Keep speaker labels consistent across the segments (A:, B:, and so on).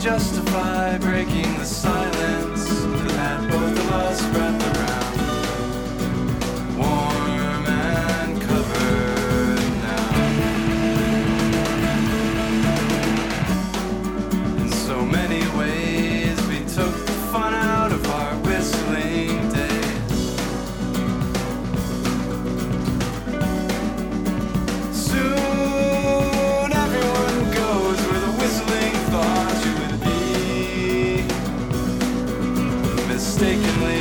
A: justify breaking the silence that both of us wrapped around. Warm and covered now. In so many ways, we took the fun out of our whistling days. Soon everyone goes where the whistling thought you would be mistakenly.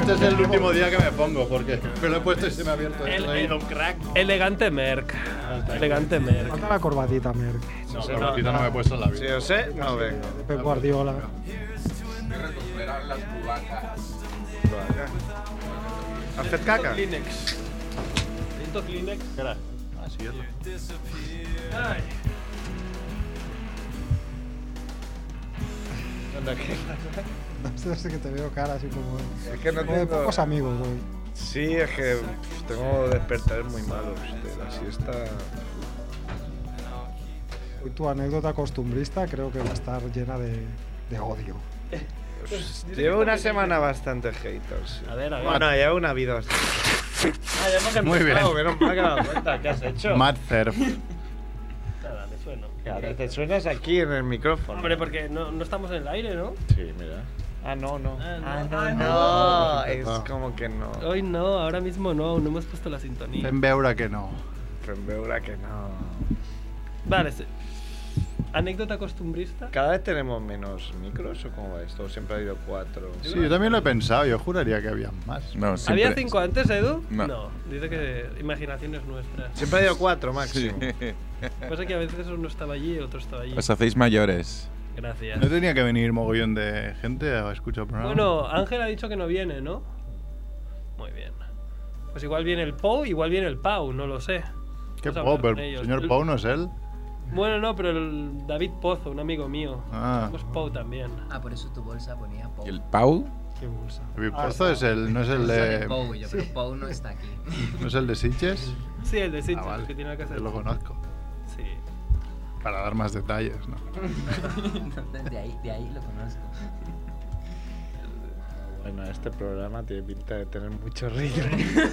B: Este es el último día que me pongo, porque me lo he puesto y se me ha abierto.
C: El-
B: esto ahí.
C: el-
B: crack.
C: Elegante Merck. Elegante Merck.
D: Falta la corbatita, Mer.
B: No, corbatita no me he puesto en la
E: Si
B: vida.
E: os sé, no vengo.
D: de Pep Guardiola.
E: Haced caca.
C: Kleenex. Necesito Kleenex.
B: Así es.
C: Ay.
D: No sé que te veo cara así como.
E: Es que no
D: como de
E: tengo-
D: pocos amigos hoy.
E: Sí, es que pf, tengo despertares muy malos. De la siesta.
D: Hoy tu anécdota costumbrista creo que va a estar llena de, de odio.
E: Pues, llevo una semana bastante haters.
C: A ver, a ver.
E: Bueno, llevo una vida bastante.
C: Ah, ya me ha contestado,
B: Muy bien.
C: que no me ha dado cuenta. ¿Qué has hecho?
B: Matt Cerf.
C: Nada, le sueno.
E: Te Eh, suenas aquí en el micrófono.
C: Hombre, porque no, no estamos en el aire, ¿no?
B: Sí, mira.
E: Ah, no, no.
C: Ah,
E: Ah,
C: no.
E: no,
C: Ah,
B: no.
E: no. Es como que no.
C: Hoy no, ahora mismo no, no hemos puesto la sintonía.
B: En Beura que no.
E: Rembeura Pues, que no.
C: Vale, sí. anécdota costumbrista.
E: ¿Cada vez tenemos menos micros o cómo va esto? Siempre ha habido cuatro.
B: Sí, yo también lo he pensado. Yo juraría que había más.
F: No,
C: ¿Había
F: siempre-
C: cinco antes, Edu?
F: No.
C: dice que imaginaciones nuestras.
E: Siempre ha habido cuatro
F: Sí.
E: máximo.
C: Pasa que a veces uno estaba allí y otro estaba allí.
F: Os hacéis mayores.
C: Gracias.
B: ¿No tenía que venir mogollón de gente a escuchar el programa?
C: Bueno, Ángel ha dicho que no viene, ¿no? Muy bien. Pues igual viene el Pou, igual viene el Pau, no lo sé.
B: ¿Qué
C: Vamos a
B: Pau?
C: hablar
B: Pero
C: con
B: ¿El
C: ellos.
B: señor
C: El-
B: Pau no es él?
C: Bueno, no, pero el David Pozo, un amigo mío.
B: Ah.
C: Pues Pou también.
G: Ah, por eso tu bolsa ponía Pou.
F: ¿Y el Pau?
D: Qué bolsa.
B: El Pozo es el, no es el
G: Bolsa de
B: de...
G: Pou, yo, pero Pou no está aquí.
B: ¿No es el de Sitges?
C: Sí, el de Sitges,
B: Ah, vale.
C: que tiene que hacer.
B: Yo lo conozco.
C: Sí.
B: Para dar más detalles, ¿no?
G: Entonces, de ahí, de ahí lo conozco.
E: Bueno, este programa tiene pinta de tener mucho ritmo.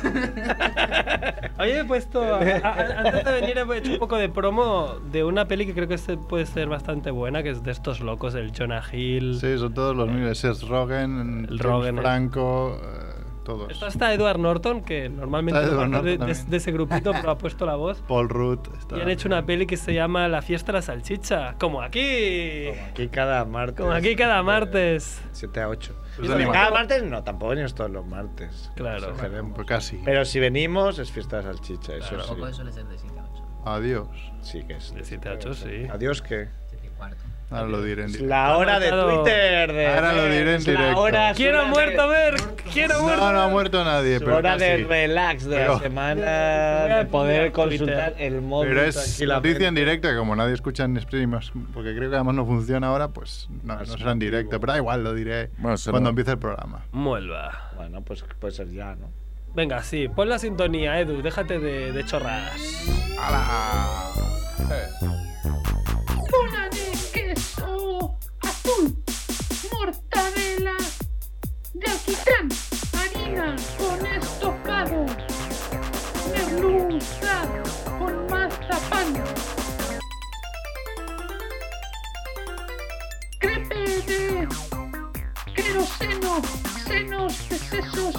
C: Hoy he puesto, a- a- antes de venir he hecho un poco de promo de una peli que creo que se- puede ser bastante buena, que es de estos locos, el Jonah Hill.
B: Sí, son todos los mismos. Es Rogen,
C: El
B: James
C: Rogen, eh.
B: Franco, eh, todos.
C: Está hasta Edward Norton, que normalmente
B: Está
C: no
B: Edward
C: es de,
B: Norton
C: de-
B: también.
C: de ese grupito, pero ha puesto la voz.
B: Paul Rudd. Está.
C: Y han hecho una peli que se llama La fiesta de la salchicha, como aquí.
E: Aquí cada martes.
C: Como aquí
B: eh.
C: cada martes.
E: 7 a 8.
B: Es
C: de animal.
E: Cada martes no, tampoco venimos todos los martes.
C: Claro.
E: Nos queremos.
B: Pues casi.
E: Pero si venimos es fiesta de salchicha, eso
C: Claro.
G: Tampoco
E: sí.
G: suele ser de 7 a 8.
B: Adiós.
E: Sí que es.
C: De 7 a 8, sí.
E: Adiós que.
G: 7 y cuarto.
B: Ahora lo diré en
E: Es
B: directo.
E: la hora de
C: marcado-
E: Twitter. de-
B: Ahora lo diré en
E: es la
B: directo.
E: hora-
C: Quiero
E: su hora
C: muerto
E: de-
C: ver, quiero muerto.
B: No, no ha muerto nadie,
E: su
B: pero
E: hora de
B: casi.
E: relax de
B: Pero-
E: la semana, de poder consultar el móvil
B: Pero es
E: tranquilamente.
B: noticia en directo, que como nadie escucha en stream, más- porque creo que además no funciona ahora, pues no, no
E: Es
B: será en directo. Pero da igual, lo diré
F: Bueno, será-
B: cuando empiece el programa.
C: Muelva.
E: Bueno, pues puede ser ya, ¿no?
C: Venga, sí, pon la sintonía, Edu, déjate de, de chorras.
B: ¡Hala!
H: bola de queso azul, mortadela de alquitrán, harina con estocados, merluza con mazapán, crepe de queroseno, senos de sesos,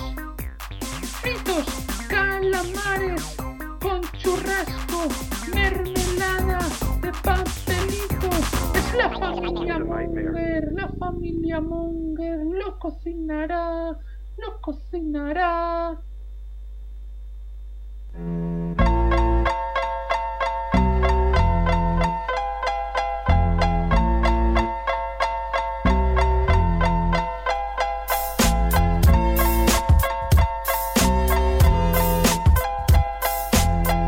H: fritos, calamares con churrasco, mermelada de pastelito. Es la familia Munger, la familia Munger lo cocinará, lo cocinará.
B: Hola,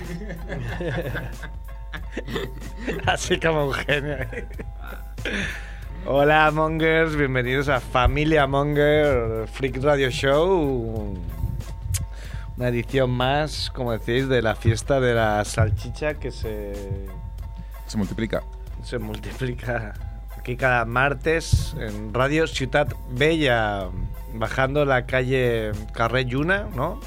E: Así como Eugenio. Hola Mongers, bienvenidos a Familia Monger Freak Radio Show. Una edición más, como decís, de la fiesta de la salchicha que se,
F: Se multiplica.
E: se multiplica aquí cada martes en Radio Ciudad Bella, bajando la calle Carrer Lluna, ¿no?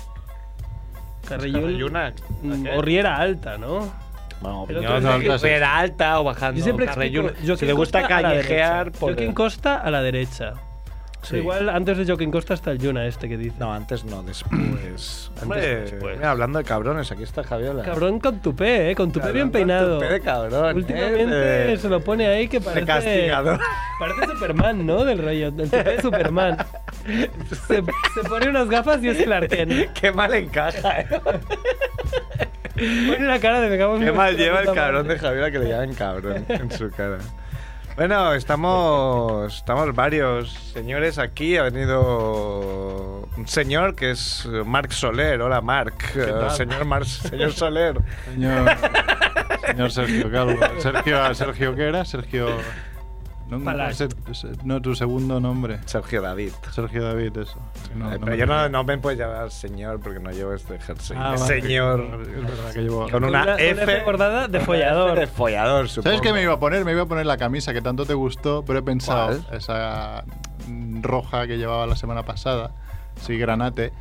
E: Carrer
C: Carrellón.
E: Lluna.
C: mm, O Riera Alta, ¿no?
E: Bueno,
C: El
E: yo
C: otro
E: no,
C: día
E: no
C: que-
E: sé. era alta o bajando.
C: Yo siempre
E: Carrer
C: explico.
E: Lluna. si
C: Joaquín
E: le gusta pues
C: Costa a la
E: callejear,
C: derecha.
E: por.
C: Joaquín Costa a la derecha.
E: Sí.
C: Igual antes de Joaquín Costa está el Yuna este que dice.
E: No, antes no, después. Hombre,
C: después.
E: mira, hablando de cabrones, aquí está Javiola.
C: Cabrón con tupé, eh, con tupé
E: Cabrón
C: bien
E: con
C: peinado.
E: tupé de cabrón, eh,
C: Últimamente
E: de-
C: se lo pone ahí que parece.
E: De castigador.
C: Parece Superman, ¿no? Del rollo, del tupé de Superman. Se, se pone unas gafas y es Clark Kent.
E: Qué mal encaja, eh.
C: Pone una cara de me cago en
E: Qué
C: mi
E: mal
C: puta
E: lleva el
C: madre.
E: cabrón eh. de Javiola que le llaman cabrón en su cara. Bueno, estamos, estamos varios señores aquí. Ha venido un señor que es eh, Marc Soler. Hola, Marc. Eh, Señor, Mar- señor Soler.
B: Señor, señor Sergio Calvo. Sergio, Sergio, ¿qué era? Sergio. No, no
C: Palat.
B: sé- sé- no, tu segundo nombre.
E: Sergio David.
B: Sergio David, eso. No,
E: Eh,
B: no
E: pero
B: me-
E: yo no, no me puedes llamar señor porque no llevo este jersey.
B: Ah,
E: de
B: vale.
E: señor.
B: Es verdad que llevo.
E: Con una,
C: Una- una
E: F,
C: F bordada de
E: una
C: follador.
E: F de follador, supongo.
B: ¿Sabes qué me iba a poner? Me iba a poner la camisa que tanto te gustó, pero he pensado,
E: ¿Cuál?
B: esa mm, roja que llevaba la semana pasada, sí, granate.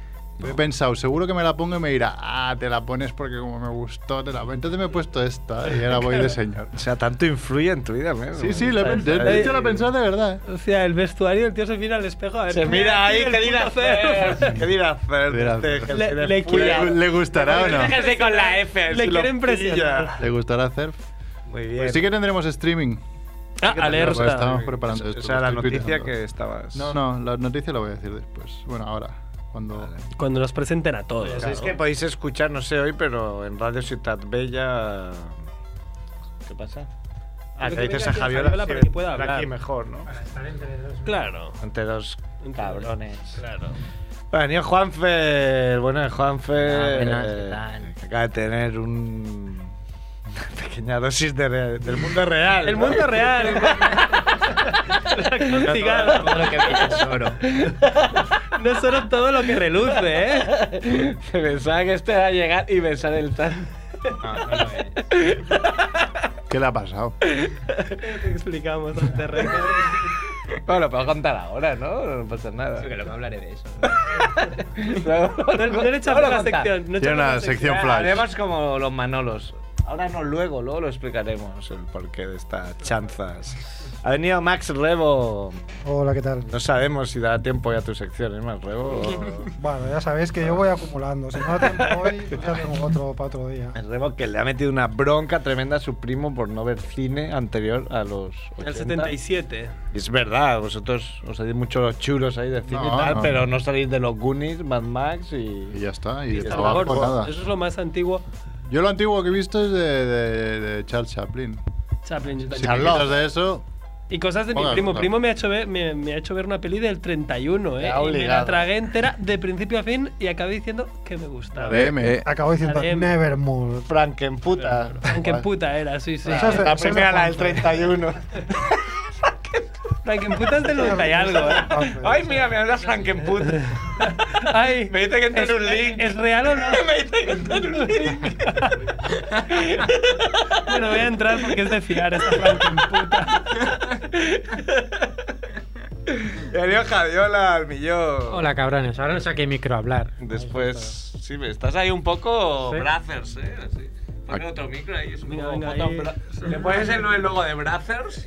B: He pensado, seguro que me la pongo y me dirá, ah, te la pones porque como me gustó, te la Entonces me he puesto esta ¿eh? y ahora voy de señor.
E: O sea, tanto influye en tu vida, men.
B: Sí, sí, lo he
E: Sabes,
B: pensado.
E: sabes.
B: De hecho, lo he pensado de verdad.
C: O sea, el vestuario, el tío se mira al espejo a ver.
E: Se mira ahí, ¿qué dirá hacer? ¿Qué dirá este
B: ¿Qué dirá
E: hacer?
B: hacer?
C: Le- le
B: ¿Le,
C: quiere-
B: le gustará o no?
E: Déjese con la F.
C: Le
E: si Pues lo
C: quieren presionar.
E: pilla.
B: ¿Le gustará hacer?
E: Muy bien.
B: Pues sí que tendremos streaming.
C: Ah,
B: Pues
C: alerta.
B: estábamos preparando esto.
E: O sea, la
B: estoy
E: noticia
B: pitando.
E: que estabas.
B: No, no, la noticia la voy a decir después. Bueno, ahora, cuando...
C: Cuando nos presenten a todos.
E: Sabéis Pues que podéis escuchar, no sé hoy, pero en Radio Ciudad Bella. ¿Qué pasa? Ah,
C: Yo
E: que dices a
C: creo que
E: Javiola,
C: Javiola para
E: sí,
C: que pueda
E: por
C: hablar.
E: Aquí mejor, ¿no?
C: pues, Claro.
E: Entre dos cabrones.
C: Claro.
E: Ha venido Juanfe, el bueno de Juanfe.
G: Ah, buenas,
E: eh,
G: ¿qué tal?
E: que acaba de tener un, una pequeña dosis de re- del mundo real.
C: El
E: ¿no?
C: mundo real. Un cigarro.
G: Todo lo que brilla es oro.
C: No es solo todo lo que reluce, ¿eh?
E: Se pensaba que este va a llegar y besar el tan.
C: Ah,
B: ¿Qué le ha pasado?
C: Te explicamos al terreno.
E: Bueno, lo puedo contar ahora, ¿no? No pasa nada.
G: Pero luego hablaré de eso.
E: Luego-
C: No, no le echamos
E: luego lo
C: la
E: contar.
C: sección. No
B: Tiene
C: echamos la
B: una sección flash.
E: Haremos como los Manolos. Ahora no, luego, luego lo explicaremos el porqué de estas chanzas. Ha venido Max Rebo.
D: Hola, ¿qué tal?
E: No sabemos si da tiempo ya a tu sección, ¿eh, Max Rebo? O-
D: Bueno, ya sabéis que yo voy acumulando. Si no da tiempo hoy, pues ya tengo otro para otro día.
E: El Remo que le ha metido una bronca tremenda a su primo por no ver cine anterior a los 80.
C: El 77.
E: Y Es verdad, vosotros os salís mucho los chulos ahí de cine y
B: No,
E: tal,
B: no.
E: pero no salís de los Goonies, Mad Max y...
B: Y ya está, y,
C: Está
B: para abajo
C: mejor.
B: nada.
C: Eso es lo más antiguo.
B: Yo lo antiguo que he visto es de, de- de Charles Chaplin.
C: Chaplin. yo
B: Si
C: también.
B: me quitas de eso,
C: Y cosas de mi
B: Ponga,
C: primo.
B: ponga.
C: Primo me ha, hecho ver, me, me ha hecho ver una peli del 31, ¿eh? Y me
E: Te ha
C: la
E: obligado.
C: tragué entera de principio a fin y acabé diciendo que me gustaba.
B: DM.
F: Eh,
D: Acabo diciendo
C: Harem.
D: Nevermore.
E: Frankenputa.
C: Franken puta era, sí, sí.
D: Esa es de- esa
E: La
D: es de
E: primera, la del
D: Juanfe.
E: 31.
C: Franken puta es del 90 y algo, ¿eh?
E: Ay, mira, me habla Frankenputa.
C: Ay,
E: Me dice que entra
C: ¿es-
E: en un link.
C: ¿Es real o no?
E: Me dice que está en un link.
C: Bueno, voy a entrar porque es de fiar esta Franken puta.
E: Y venido Javiola al millón.
H: Hola cabrones, ahora no sé a qué micro hablar.
E: Después, sí, me- estás ahí un poco
H: Sí.
E: Brazzers, ¿eh? Así. Ponle otro micro ahí, es un
C: Venga,
E: poco
C: venga,
E: foto
C: ahí.
E: Bra- ¿Le pones el, el logo de Brazzers?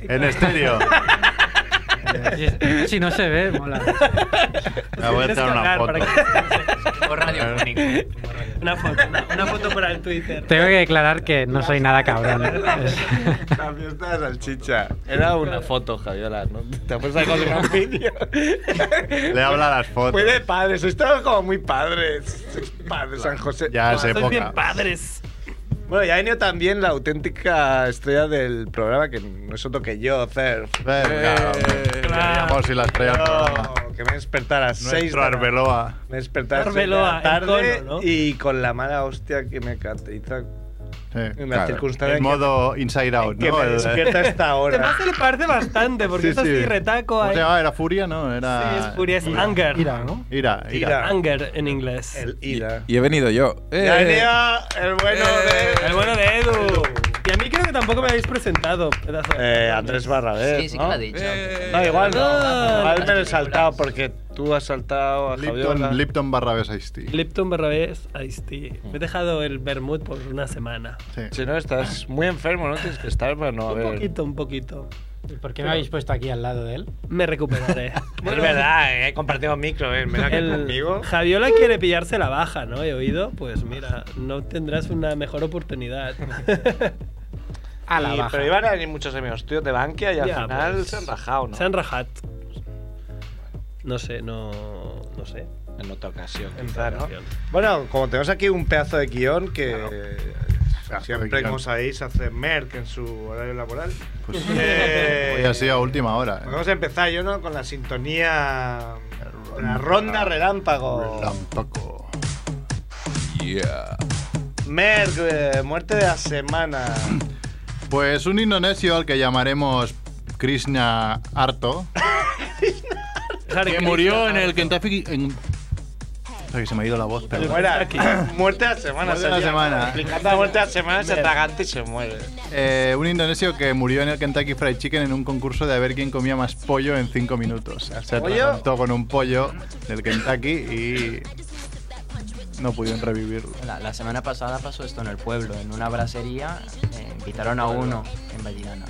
B: en estéreo.
H: Si no se ve, mola.
B: Me voy a
C: Tienes que
B: hacer una
C: hablar
B: foto.
C: para
G: Por radiofónico. humor radiofónico.
C: Una foto, una, una foto para el Twitter.
H: Tengo que declarar que no soy nada cabrón.
E: La fiesta de salchicha. Era una foto, Javiola, ¿no? Te ha puesto con un vídeo.
B: Le habla a las
E: Muy
B: fotos.
E: de padres, estamos como muy padres. Padre San José.
B: Ya es
C: Sois Ah, bien
B: época.
C: padres.
E: Bueno, ya ha venido también la auténtica estrella del programa, que no es otro que yo, Cerf.
C: Eh,
B: Venga, hombre. Veamos si las traía al programa.
E: Yo, que me despertara a las seis de
B: Nuestro
E: la-
B: Arbeloa.
E: Me despertaba
C: Arbeloa,
E: tarde
C: el cono, ¿no?
E: y con la mala hostia que me caracteriza En
B: Sí.
E: las
F: Claro.
E: circunstancias
B: En modo Inside Out,
E: en que,
B: ¿no?
E: me
B: El-
E: despierta esta hora.
C: Además se le parece bastante, porque
B: Sí,
C: es así
B: sí.
C: retaco
B: ¿Cómo
C: ahí.
B: se llamaba? ¿Era Furia? No, era...
C: Sí, es furia, es anger.
D: Ira, ¿no?
B: Ira,
E: Ira.
B: ira.
C: Anger en inglés.
E: El ida.
F: Y he venido yo. ¡Eh!
E: Ya venía el bueno de...
C: Eh, El bueno de Edu. Y a mí creo que tampoco me habéis presentado, pedazo. de-
E: Eh, Andrés Barrabés,
I: Sí, sí que
E: ¿no?
I: lo ha dicho.
F: Eh.
E: No, igual no.
C: Ah,
E: Igual me lo he saltado porque tú has saltado a Javiola.
B: Lipton, Lipton barra Besaisti.
C: Lipton Barrabés Ice Tea. Me he dejado el vermut por una semana.
B: Sí.
E: Si no, estás muy enfermo, ¿no? Tienes que estar para no
C: Un
E: haber...
C: poquito, un poquito.
J: ¿Y ¿Por qué me habéis puesto aquí al lado de él?
C: Me recuperaré.
E: es verdad, eh, compartimos micro, eh, menos que conmigo.
C: Javiola quiere pillarse la baja, ¿no? He oído. Pues mira, no tendrás una mejor oportunidad.
J: A la
E: Y-
J: baja.
E: Pero iban a venir muchos amigos tuyos de Bankia y al
C: Ya,
E: final
C: pues,
E: se han rajado, ¿no?
C: Se han rajat. No sé, no. No sé.
E: En otra ocasión,
C: En
E: quizá,
C: otra
E: ¿no?
C: ocasión.
E: Bueno, como tenemos aquí un pedazo de guión que eh,
B: Pedazo de
E: siempre,
B: guión.
E: como sabéis, hace Merck en su horario laboral.
B: Pues,
E: Eh,
B: hoy ha sido a última hora. ¿eh?
E: Vamos a empezar yo, ¿no? Con la sintonía. La ronda relámpago.
B: Tampoco.
F: Yeah.
E: Merck, eh, muerte de la semana.
B: Pues un indonesio al que llamaremos Krishna Harto, que murió en el Kentucky... En... Ay, se me ha ido la voz, perdón.
E: Muera. muerte de la semana.
B: Muerte de la
E: sería.
B: semana.
E: Explicando la muerte de la semana, se atraganta y se muere.
B: Eh, un indonesio que murió en el Kentucky Fried Chicken en un concurso de a ver quién comía más pollo en 5 minutos. Se
E: ¿Pollo?
B: atragantó con un pollo del Kentucky y no pudieron revivirlo.
G: La, la semana pasada pasó esto en el pueblo, en una brasería, eh, invitaron a uno en Valladana.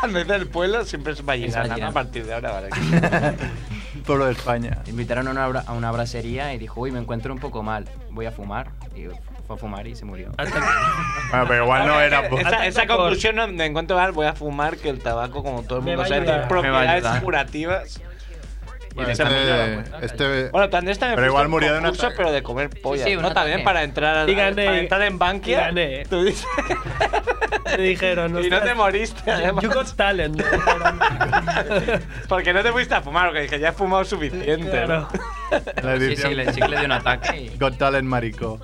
E: Cuando dice el pueblo, siempre es vallenana. ¿no?
G: vallenana.
E: A partir de ahora, vale.
B: Pueblo de España.
G: Invitaron a una, bra- a una brasería y dijo, uy, me encuentro un poco mal, voy a fumar. Y fue a fumar y se murió.
C: Ah,
E: Ah,
B: Bueno, pero igual no era
E: Esa, esa
C: Por-
E: conclusión no- de encuentro mal, voy a fumar que el tabaco, como todo el
C: Me
E: mundo
C: va a
E: sabe,
C: ayudar.
E: tiene
G: Me va a
E: propiedades
G: ayudar.
E: curativas.
B: Bueno,
E: Esa
B: este,
E: mujer-
B: este-
E: Bueno, Tandés
B: Pero
E: también fuiste
B: igual
E: un
B: murió de un
E: concurso,
B: ataque.
E: pero de comer pollas.
G: sí, un
E: no, también
G: ataque.
E: para entrar, al-
C: Y gané.
E: para entrar en Bankia.
C: Y gané.
E: Tú dices,
C: Me dijeron.
E: y no
C: "Ostras,
E: te moriste, además.
C: You got talent. me dijeron.
E: Porque no te fuiste a fumar, porque dije, ya he fumado suficiente.
C: Claro.
B: la
G: Sí, sí,
B: edición
G: le, sí que le dio un ataque y...
B: Got Talent Marico.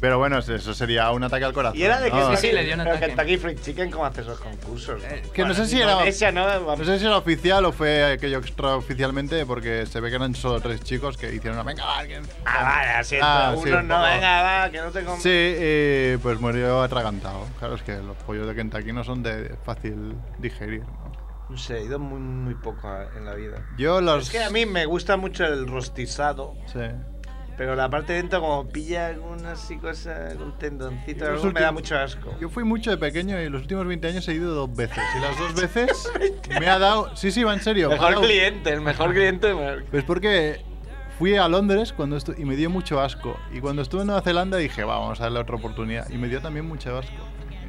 B: Pero bueno, eso sería un ataque al corazón.
E: Y era de que
B: ¿no?
G: sí, sí, le dio un
E: pero
G: ataque. Eh,
E: Kentucky Fried Chicken, ¿cómo hace esos concursos?
B: que no sé si era-
E: Indonesia, ¿no?
B: No sé si era oficial o fue aquello extraoficialmente, porque se ve que eran solo tres chicos que hicieron una venga, alguien.
E: Ah, vale, así
B: Ah,
E: uno
B: sí, un
E: no,
B: poco.
E: venga, va, que no te com-
B: Sí, eh, pues murió atragantado. Claro, es que los pollos de Kentucky no son de fácil digerir. ¿no?
E: No sé, he ido muy, muy poco a- en la vida.
B: Yo los.
E: Es que a mí me gusta mucho el rostizado,
B: Sí.
E: pero la parte de dentro como pilla alguna así cosa, algún tendoncito,
B: Yo los
E: algo, me da
B: últimos-
E: mucho asco.
B: Yo fui mucho de pequeño y los últimos 20 años he ido dos veces. Y las dos veces me ha dado. Sí, sí, va en serio. me ha
E: Mejor
B: dado-
E: cliente, el mejor cliente. de Merck.
B: Pues porque fui a Londres cuando estu- y me dio mucho asco. Y cuando estuve en Nueva Zelanda dije, "Va, vamos a darle otra oportunidad. Y me dio también mucho asco.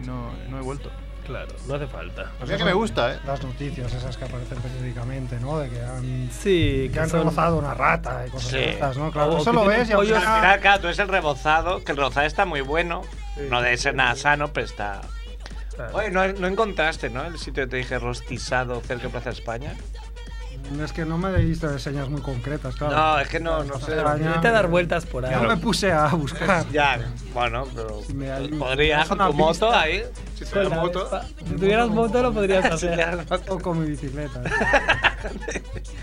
B: Y no, no he vuelto.
C: Claro, no hace falta.
B: Mira que me gusta, ¿eh?
D: Las noticias esas que aparecen periódicamente, ¿no? De que han,
C: Sí,
D: que han rebozado una rata y cosas
E: Sí.
D: de estas, ¿no? Claro,
C: O
D: eso
C: que
D: lo
C: tienen
D: ves y aunque
C: pollos
E: Al
D: sea-
E: final, claro, tú eres el rebozado, que el rebozado está muy bueno. No debe ser nada sano, pero está. Oye, no, no encontraste, ¿no? El sitio que te dije rostizado cerca de Plaza España.
D: Es que no me diste de señas muy concretas, claro.
E: No, eh, es que no, no sé.
D: España-
C: Vete a dar vueltas por ahí.
D: Yo me puse a buscar.
E: Ya, bueno, pero.
D: Me da-
E: Podrías
D: es
E: con
D: una
E: tu moto
D: pista.
E: ahí. Si
C: Con
E: tuvieras
C: la
E: moto.
C: Vespa. Si tuvieras moto lo podrías
E: si
C: hacer.
E: tuvieras moto.
D: O con mi bicicleta.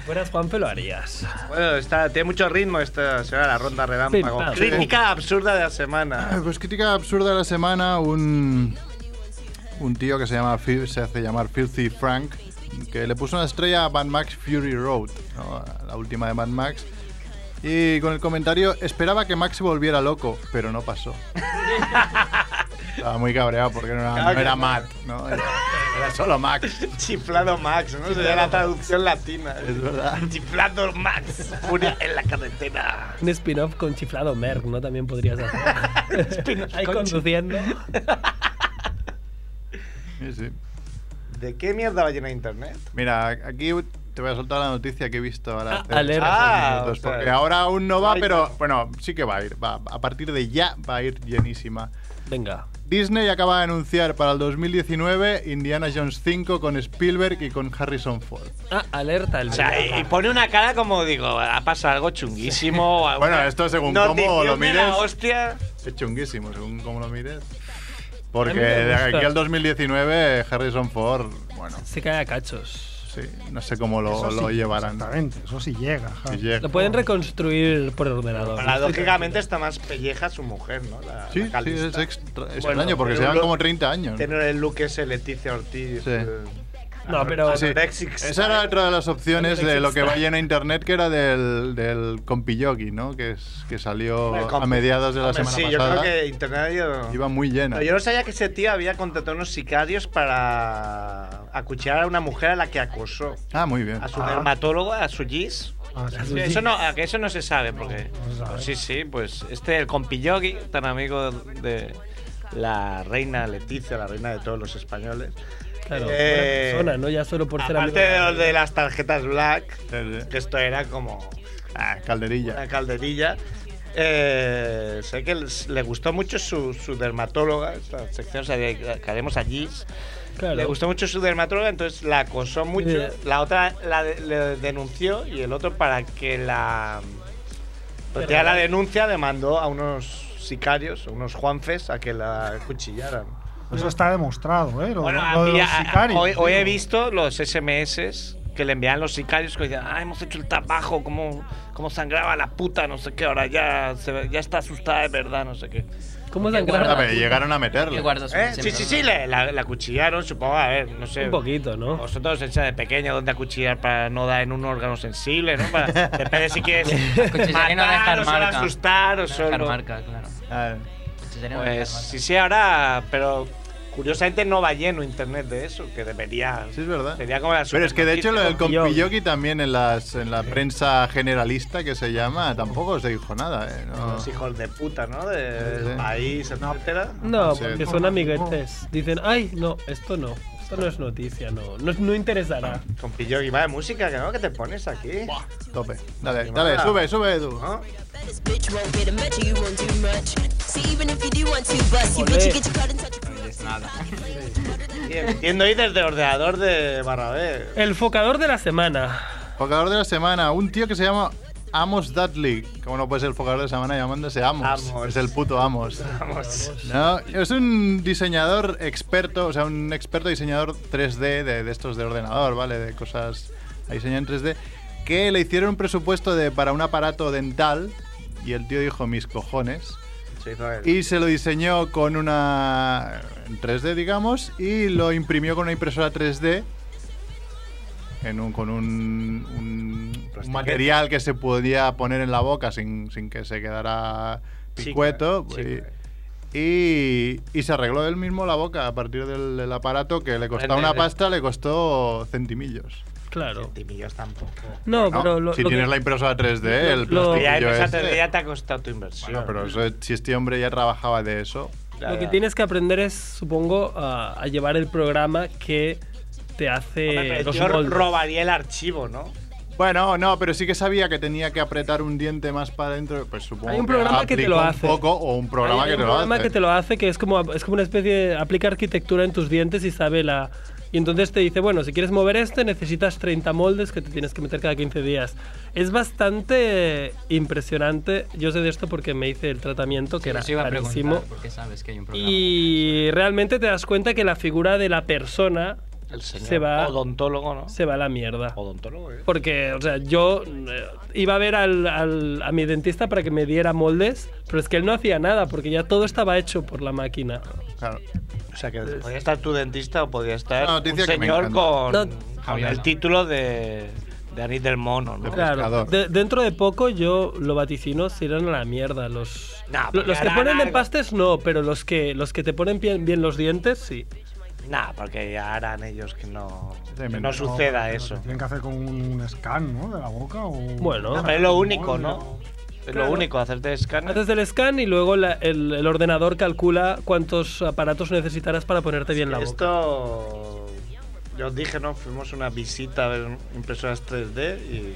C: Fueras Juanpe lo harías.
E: Bueno, está, tiene mucho ritmo esta semana la ronda relámpago.
C: Pim, pam.
E: Crítica absurda de la semana.
B: Pues crítica absurda de la semana, un, un tío que se, llama, Fi- se hace llamar Filthy Frank, que le puso una estrella a Mad Max Fury Road, ¿no? A la última de Mad Max, y con el comentario, esperaba que Max se volviera loco, pero no pasó. Estaba muy cabreado porque no era,
E: Claro
B: no
E: que
B: era
E: no.
B: Matt, ¿no? Era, era solo Max.
E: Chiflado Max, ¿no? Sería la traducción latina.
B: Es verdad.
E: Chiflado Max, furia en la carretera.
C: Un spin-off con chiflado Merck, ¿no? También podrías hacer.
E: Spin-off
C: Ahí
E: con
C: conduciendo.
B: Sí, sí.
E: ¿De qué mierda va llena internet?
B: Mira, aquí te voy a soltar la noticia que he visto ahora.
C: Ah,
B: hace
C: alerta.
B: unos
E: Ah,
B: minutos,
E: o sea,
B: porque ahora aún no va,
E: ahí
B: pero
E: va.
B: bueno, sí que va a ir. va- a partir de ya va a ir llenísima.
C: Venga.
B: Disney acaba de anunciar para el 2019 Indiana Jones 5 con Spielberg y con Harrison Ford.
C: Ah, alerta.
E: O sea, y pone una cara como, digo, ha pasado algo chunguísimo. alguna
B: Bueno, esto según
E: notición
B: cómo lo
E: de la
B: mires.
E: hostia.
B: Es chunguísimo, según cómo lo mires.
C: A
B: Porque
C: mí me
B: de
C: gusta.
B: aquí al 2019 Harrison Ford, bueno,
C: Se cae a cachos.
B: Sí. no sé cómo lo,
C: Eso sí,
B: lo llevarán.
D: Exactamente, eso sí llega. ja.
B: Si llega.
C: Lo pueden reconstruir por el ordenador.
E: Paradójicamente está más pelleja su mujer, ¿no? La- la
B: Sí, sí,
E: Calista.
B: es extra-
E: Bueno,
B: extraño porque
E: pero
B: se llevan
E: lo-
B: como 30 años.
E: Tener el look ese Leticia Ortiz.
B: Sí.
E: eh,
C: No,
E: Ah,
C: pero.
B: Sí. Esa era otra de las opciones de lo que va lleno internet, que era del, del compiyogi, ¿no? Que, es, que salió
E: el compi.
B: a mediados de la
E: Hombre,
B: semana
E: sí,
B: pasada.
E: yo creo que internet yo-
B: Iba muy llena.
E: No, yo no sabía que ese tío había contratado unos sicarios para acuchillar a una mujer a la que acosó.
B: Ah, muy bien.
E: A su dermatóloga, a su Gis.
D: Ah,
C: Pues
E: Eso no, a que eso no se sabe, porque. Sí, sí, pues este, el compillogi, tan amigo de la reina Leticia, la reina de todos los españoles.
C: Claro,
E: Eh,
C: buena persona, ¿no? Ya solo por ser amigo.
E: Aparte de los de las tarjetas black, que esto era como
B: Ah, calderilla.
E: una calderilla. eh, sé que les- le gustó mucho su, su dermatóloga, esta sección o sea, que que haremos allí.
C: Claro.
E: Le gustó mucho su dermatóloga, entonces la acosó mucho.
C: Eh.
E: La otra la de- le denunció y el otro para que la retirara la denuncia demandó a unos sicarios, a unos juanfes, a que la cuchillaran.
D: Eso está demostrado, ¿eh? Lo,
E: Bueno,
D: lo de
E: había-
D: los sicarios.
E: hoy, hoy he
D: digo.
E: visto los SMS que le envían los sicarios que dicen, ah, hemos hecho el trabajo, cómo, cómo sangraba la puta, no sé qué, ahora ya, se ve- ya está asustada de verdad, no sé qué.
C: ¿Cómo
B: Ah, pero llegaron a meterle.
E: ¿Eh? Sí, sí, sí, le- la, la acuchillaron, supongo, a ver, no sé.
C: Un poquito, ¿no?
E: Vosotros hecha de pequeño donde acuchillar para no dar en un órgano sensible, ¿no? Para, depende si quieres
G: Acuchillar y no dejar
E: matar, o solo
G: marca.
E: asustar o solo...
G: Dejar marca, claro.
B: Ah,
G: Acuchillar y no
E: Pues
G: dejar marca.
E: sí, sí, ahora, pero curiosamente no va lleno internet de eso, que debería.
B: Sí, es verdad.
E: Sería como la
B: Pero es que de hecho lo del
E: supernoticia.
B: compiyogi también en, las, en la prensa generalista que se llama tampoco se dijo nada. ¿eh? No.
E: Los hijos de puta, ¿no? Del
B: Sí, sí.
E: país, etcétera.
C: No,
B: Sí.
C: porque son amiguetes. Dicen, ay, no, esto no. Esto no es noticia, no. No, no interesará.
E: Con Pillo y va de música, ¿no? ¿Qué te pones aquí?
B: Tope. Dale,
E: Sí, Ah,
B: dale,
E: mala.
B: sube, sube, Edu.
K: Bitch won't get a match and you won't do much. See, even if you do want to bust, you bitch, you get your card and touch your crew.
E: Y Entiendo ahí desde ordenador de Barrabé.
C: El focador de la semana.
B: Focador de la semana, un tío que se llama Amos Dudley. ¿Cómo no puede ser el focador de la semana llamándose Amos?
E: Amos.
B: Es el puto Amos.
E: Vamos.
B: No, es un diseñador experto, o sea, un experto diseñador 3D de, de estos de ordenador, ¿vale? De cosas a diseño en 3D, que le hicieron un presupuesto de, para un aparato dental y el tío dijo, mis cojones.
E: Se hizo él.
B: Y se lo diseñó con una en 3D, digamos, y lo imprimió con una impresora 3D en un- con un, un- un material que se podía poner en la boca sin, sin que se quedara
E: Chicle,
B: picueto. pues,
E: chicle.
B: y- Y, y se arregló él mismo la boca a partir del, del aparato que le costaba
E: Vende-
B: una pasta, le costó centimillos.
C: Claro.
E: Centimillos tampoco.
C: No,
B: No,
C: pero lo,
B: si
C: lo
B: tienes
C: que-
B: la impresora 3D,
C: lo-
B: el
C: lo-
B: plastiquillo
E: Ya, esa
B: este-
E: te- ya te ha costado tu inversión.
B: Bueno, pero eso- si este hombre ya trabajaba de eso...
E: Ya,
C: lo que
E: ya.
C: tienes que aprender es, supongo, a, a llevar el programa que te
E: Hombre,
C: hace
E: pero
C: los
E: yo
C: moldes.
E: robaría el archivo, ¿no?
B: Bueno, no, pero sí que sabía que tenía que apretar un diente más para adentro. Pues supongo
C: Hay un programa que te
B: aplica
C: lo
B: un
C: hace.
B: poco o un programa
C: Hay
B: que
C: un
B: te lo
C: programa
B: hace.
C: que te lo hace, que es como, es como una especie de aplica arquitectura en tus dientes y sabe la... Y entonces te dice, bueno, si quieres mover este necesitas 30 moldes que te tienes que meter cada 15 días. Es bastante impresionante. Yo sé de esto porque me hice el tratamiento, que
G: Sí,
C: era
G: eso iba a
C: carísimo.
G: preguntar, Pues, porque sabes que hay un programa.
C: Y realmente te das cuenta que la figura de la persona
E: El señor
C: Se va-
E: odontólogo, ¿no?
C: se va a la mierda.
E: Odontólogo, ¿eh?
C: Porque, o sea, yo eh, iba a ver al, al- a mi dentista para que me diera moldes, pero es que él no hacía nada, porque ya todo estaba hecho por la máquina.
B: Claro.
E: O sea, que podía estar tu dentista o podía estar
B: Una
E: un
B: noticia que me
E: señor
B: encanta.
E: con,
C: No,
E: con
G: Javiola.
E: el título de, de Anís del Mono, ¿no?
B: De
C: Claro,
B: Pescador.
C: de- dentro de poco yo lo vaticino, se irán a la mierda. Los,
E: Nah,
C: lo-
E: porque
C: los que
E: harán
C: ponen
E: algo.
C: empastes no, pero los que, los que te ponen bien, bien los dientes sí.
E: Nah, porque ya harán ellos que no, que
B: Tremendo.
E: no suceda
D: pero
E: eso.
D: que Tienen que hacer como un scan, ¿no? De la boca o...
C: Bueno.
E: Pero es lo único, ¿no? Es lo
C: Claro.
E: único, hacerte escáner.
C: Haces el scan y luego la- el, el ordenador calcula cuántos aparatos necesitarás para ponerte bien la boca.
E: Esto. Yo os dije, ¿no? Fuimos una visita a ver impresoras 3D y.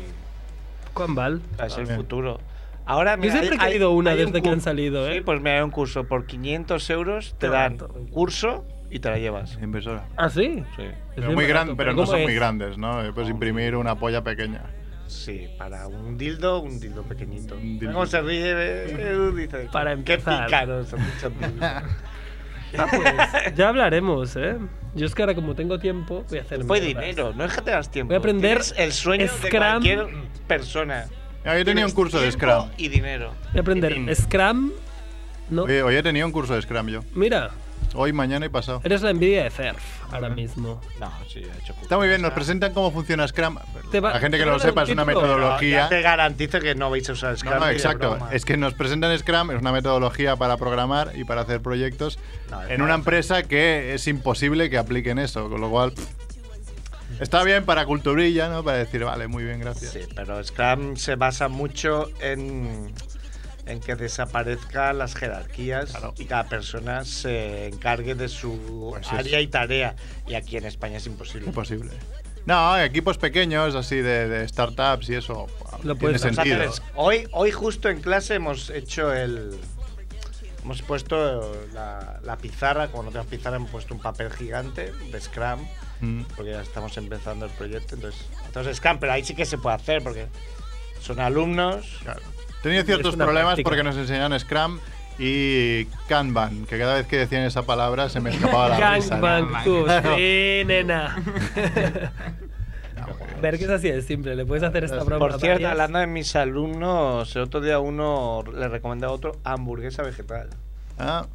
C: ¿Cuán val?
E: Es el
B: También.
E: futuro. Ahora,
C: Yo
E: mira,
C: siempre he
E: hay-
C: querido una
E: hay un
C: desde que
E: cur-
C: han salido, ¿eh?
E: Sí, pues mira, hay un curso. Por 500 euros te
C: Qué
E: dan
C: barato.
E: un curso y te la llevas. Inversora.
C: ¿Ah, sí?
E: Sí.
B: Pero, muy gran- pero no son muy grandes, ¿no? Eh, Pues imprimir una polla pequeña.
E: Sí, para un dildo, un dildo pequeñito.
B: dildo.
E: ¿Cómo se ríe? eh? Edu dice,
C: Para empezar.
E: Qué pícaros son muchos dildos.
C: Ya hablaremos, ¿eh? Yo es que ahora como tengo tiempo, voy a hacer...
E: Fue
C: mierdas.
E: dinero, no es que tengas tiempo.
C: Voy a aprender
E: Tienes el sueño de
C: Scrum.
E: cualquier persona.
B: Ah, yo tenía
E: Tienes
B: un curso de
E: tiempo
B: Scrum.
E: Y dinero.
C: Voy a aprender Scrum. ¿no?
B: Oye, hoy he tenido un curso de Scrum yo.
C: Mira,
B: Hoy, mañana y pasado.
C: eres la envidia de Cerf ahora mismo.
E: No, sí, he hecho
B: Está muy bien, nos presentan cómo funciona Scrum.
C: Te va-
B: La gente que
C: te
B: no
C: va
B: lo
C: a dar
B: sepa
C: un
B: es una
C: título.
B: metodología.
E: Ya te garantizo que no vais a usar Scrum.
B: No, no,
E: ni de
B: exacto.
E: broma.
B: Es que nos presentan Scrum, es una metodología para programar y para hacer proyectos en una empresa que es imposible que apliquen eso, con lo cual pff, está bien para culturilla, ¿no? Para decir, vale, muy bien, gracias.
E: Sí, pero Scrum se basa mucho en, en que desaparezcan las jerarquías y cada persona se encargue de su
B: Pues sí. Pues,
E: área y tarea. Y aquí en España es imposible.
B: Imposible. No, equipos pequeños, así de, de startups y eso,
E: Lo
B: tiene
E: puedes hacer.
B: sentido.
E: Hoy, hoy justo en clase hemos hecho el... Hemos puesto la, la pizarra, con otras pizarras hemos puesto un papel gigante de Scrum,
B: Mm.
E: porque ya estamos empezando el proyecto. Entonces, entonces Scrum, pero ahí sí que se puede hacer, porque son alumnos.
B: Tenía ciertos
E: Es una
B: problemas
E: práctica.
B: porque nos enseñaron Scrum y Kanban, que cada vez que decían esa palabra se me escapaba la risa.
C: Gangbang, tú.
B: Claro.
C: Sí, nena. Ver que es así de simple, le puedes hacer esta broma.
E: Por cierto,
C: varias.
E: hablando de mis alumnos, el otro día uno le recomendaba a otro hamburguesa vegetal.
B: Ah,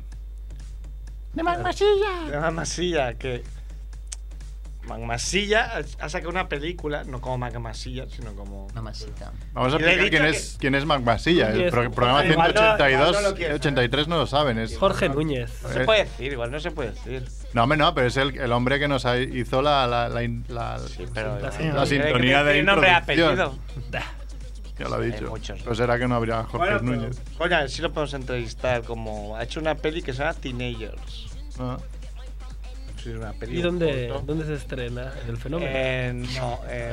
H: ¡De más masilla!
E: De Masilla, que. Mac Masilla ha sacado una película, no como Mac Masilla, sino como. Mamacita.
B: Vamos a explicar quién es, quién es Mac Masilla.
E: ¿Quién
B: El
E: es?
B: pro- programa
E: Igual no- igual
B: 182
E: no lo quieres,
B: 83 no lo saben. Es,
C: Jorge Núñez.
E: No se puede decir, igual no se puede decir.
B: No, hombre, no, pero es el, el hombre que nos ha- hizo la, la, la, in- la-
C: Pues
B: la sintonía de
E: Tiene nombre y
B: introducción.
E: apellido.
B: Ya lo he
E: pues Hay
B: dicho.
E: muchos.
B: Pero será que no habría Jorge
E: Bueno, pero-
B: Núñez.
E: Coño, a ver si lo podemos entrevistar. Como ha hecho una peli que se llama Teenagers.
B: Ah.
E: Sí, una peli
C: ¿Y dónde,
E: corto.
C: dónde se estrena el fenómeno?
E: Eh, no, eh.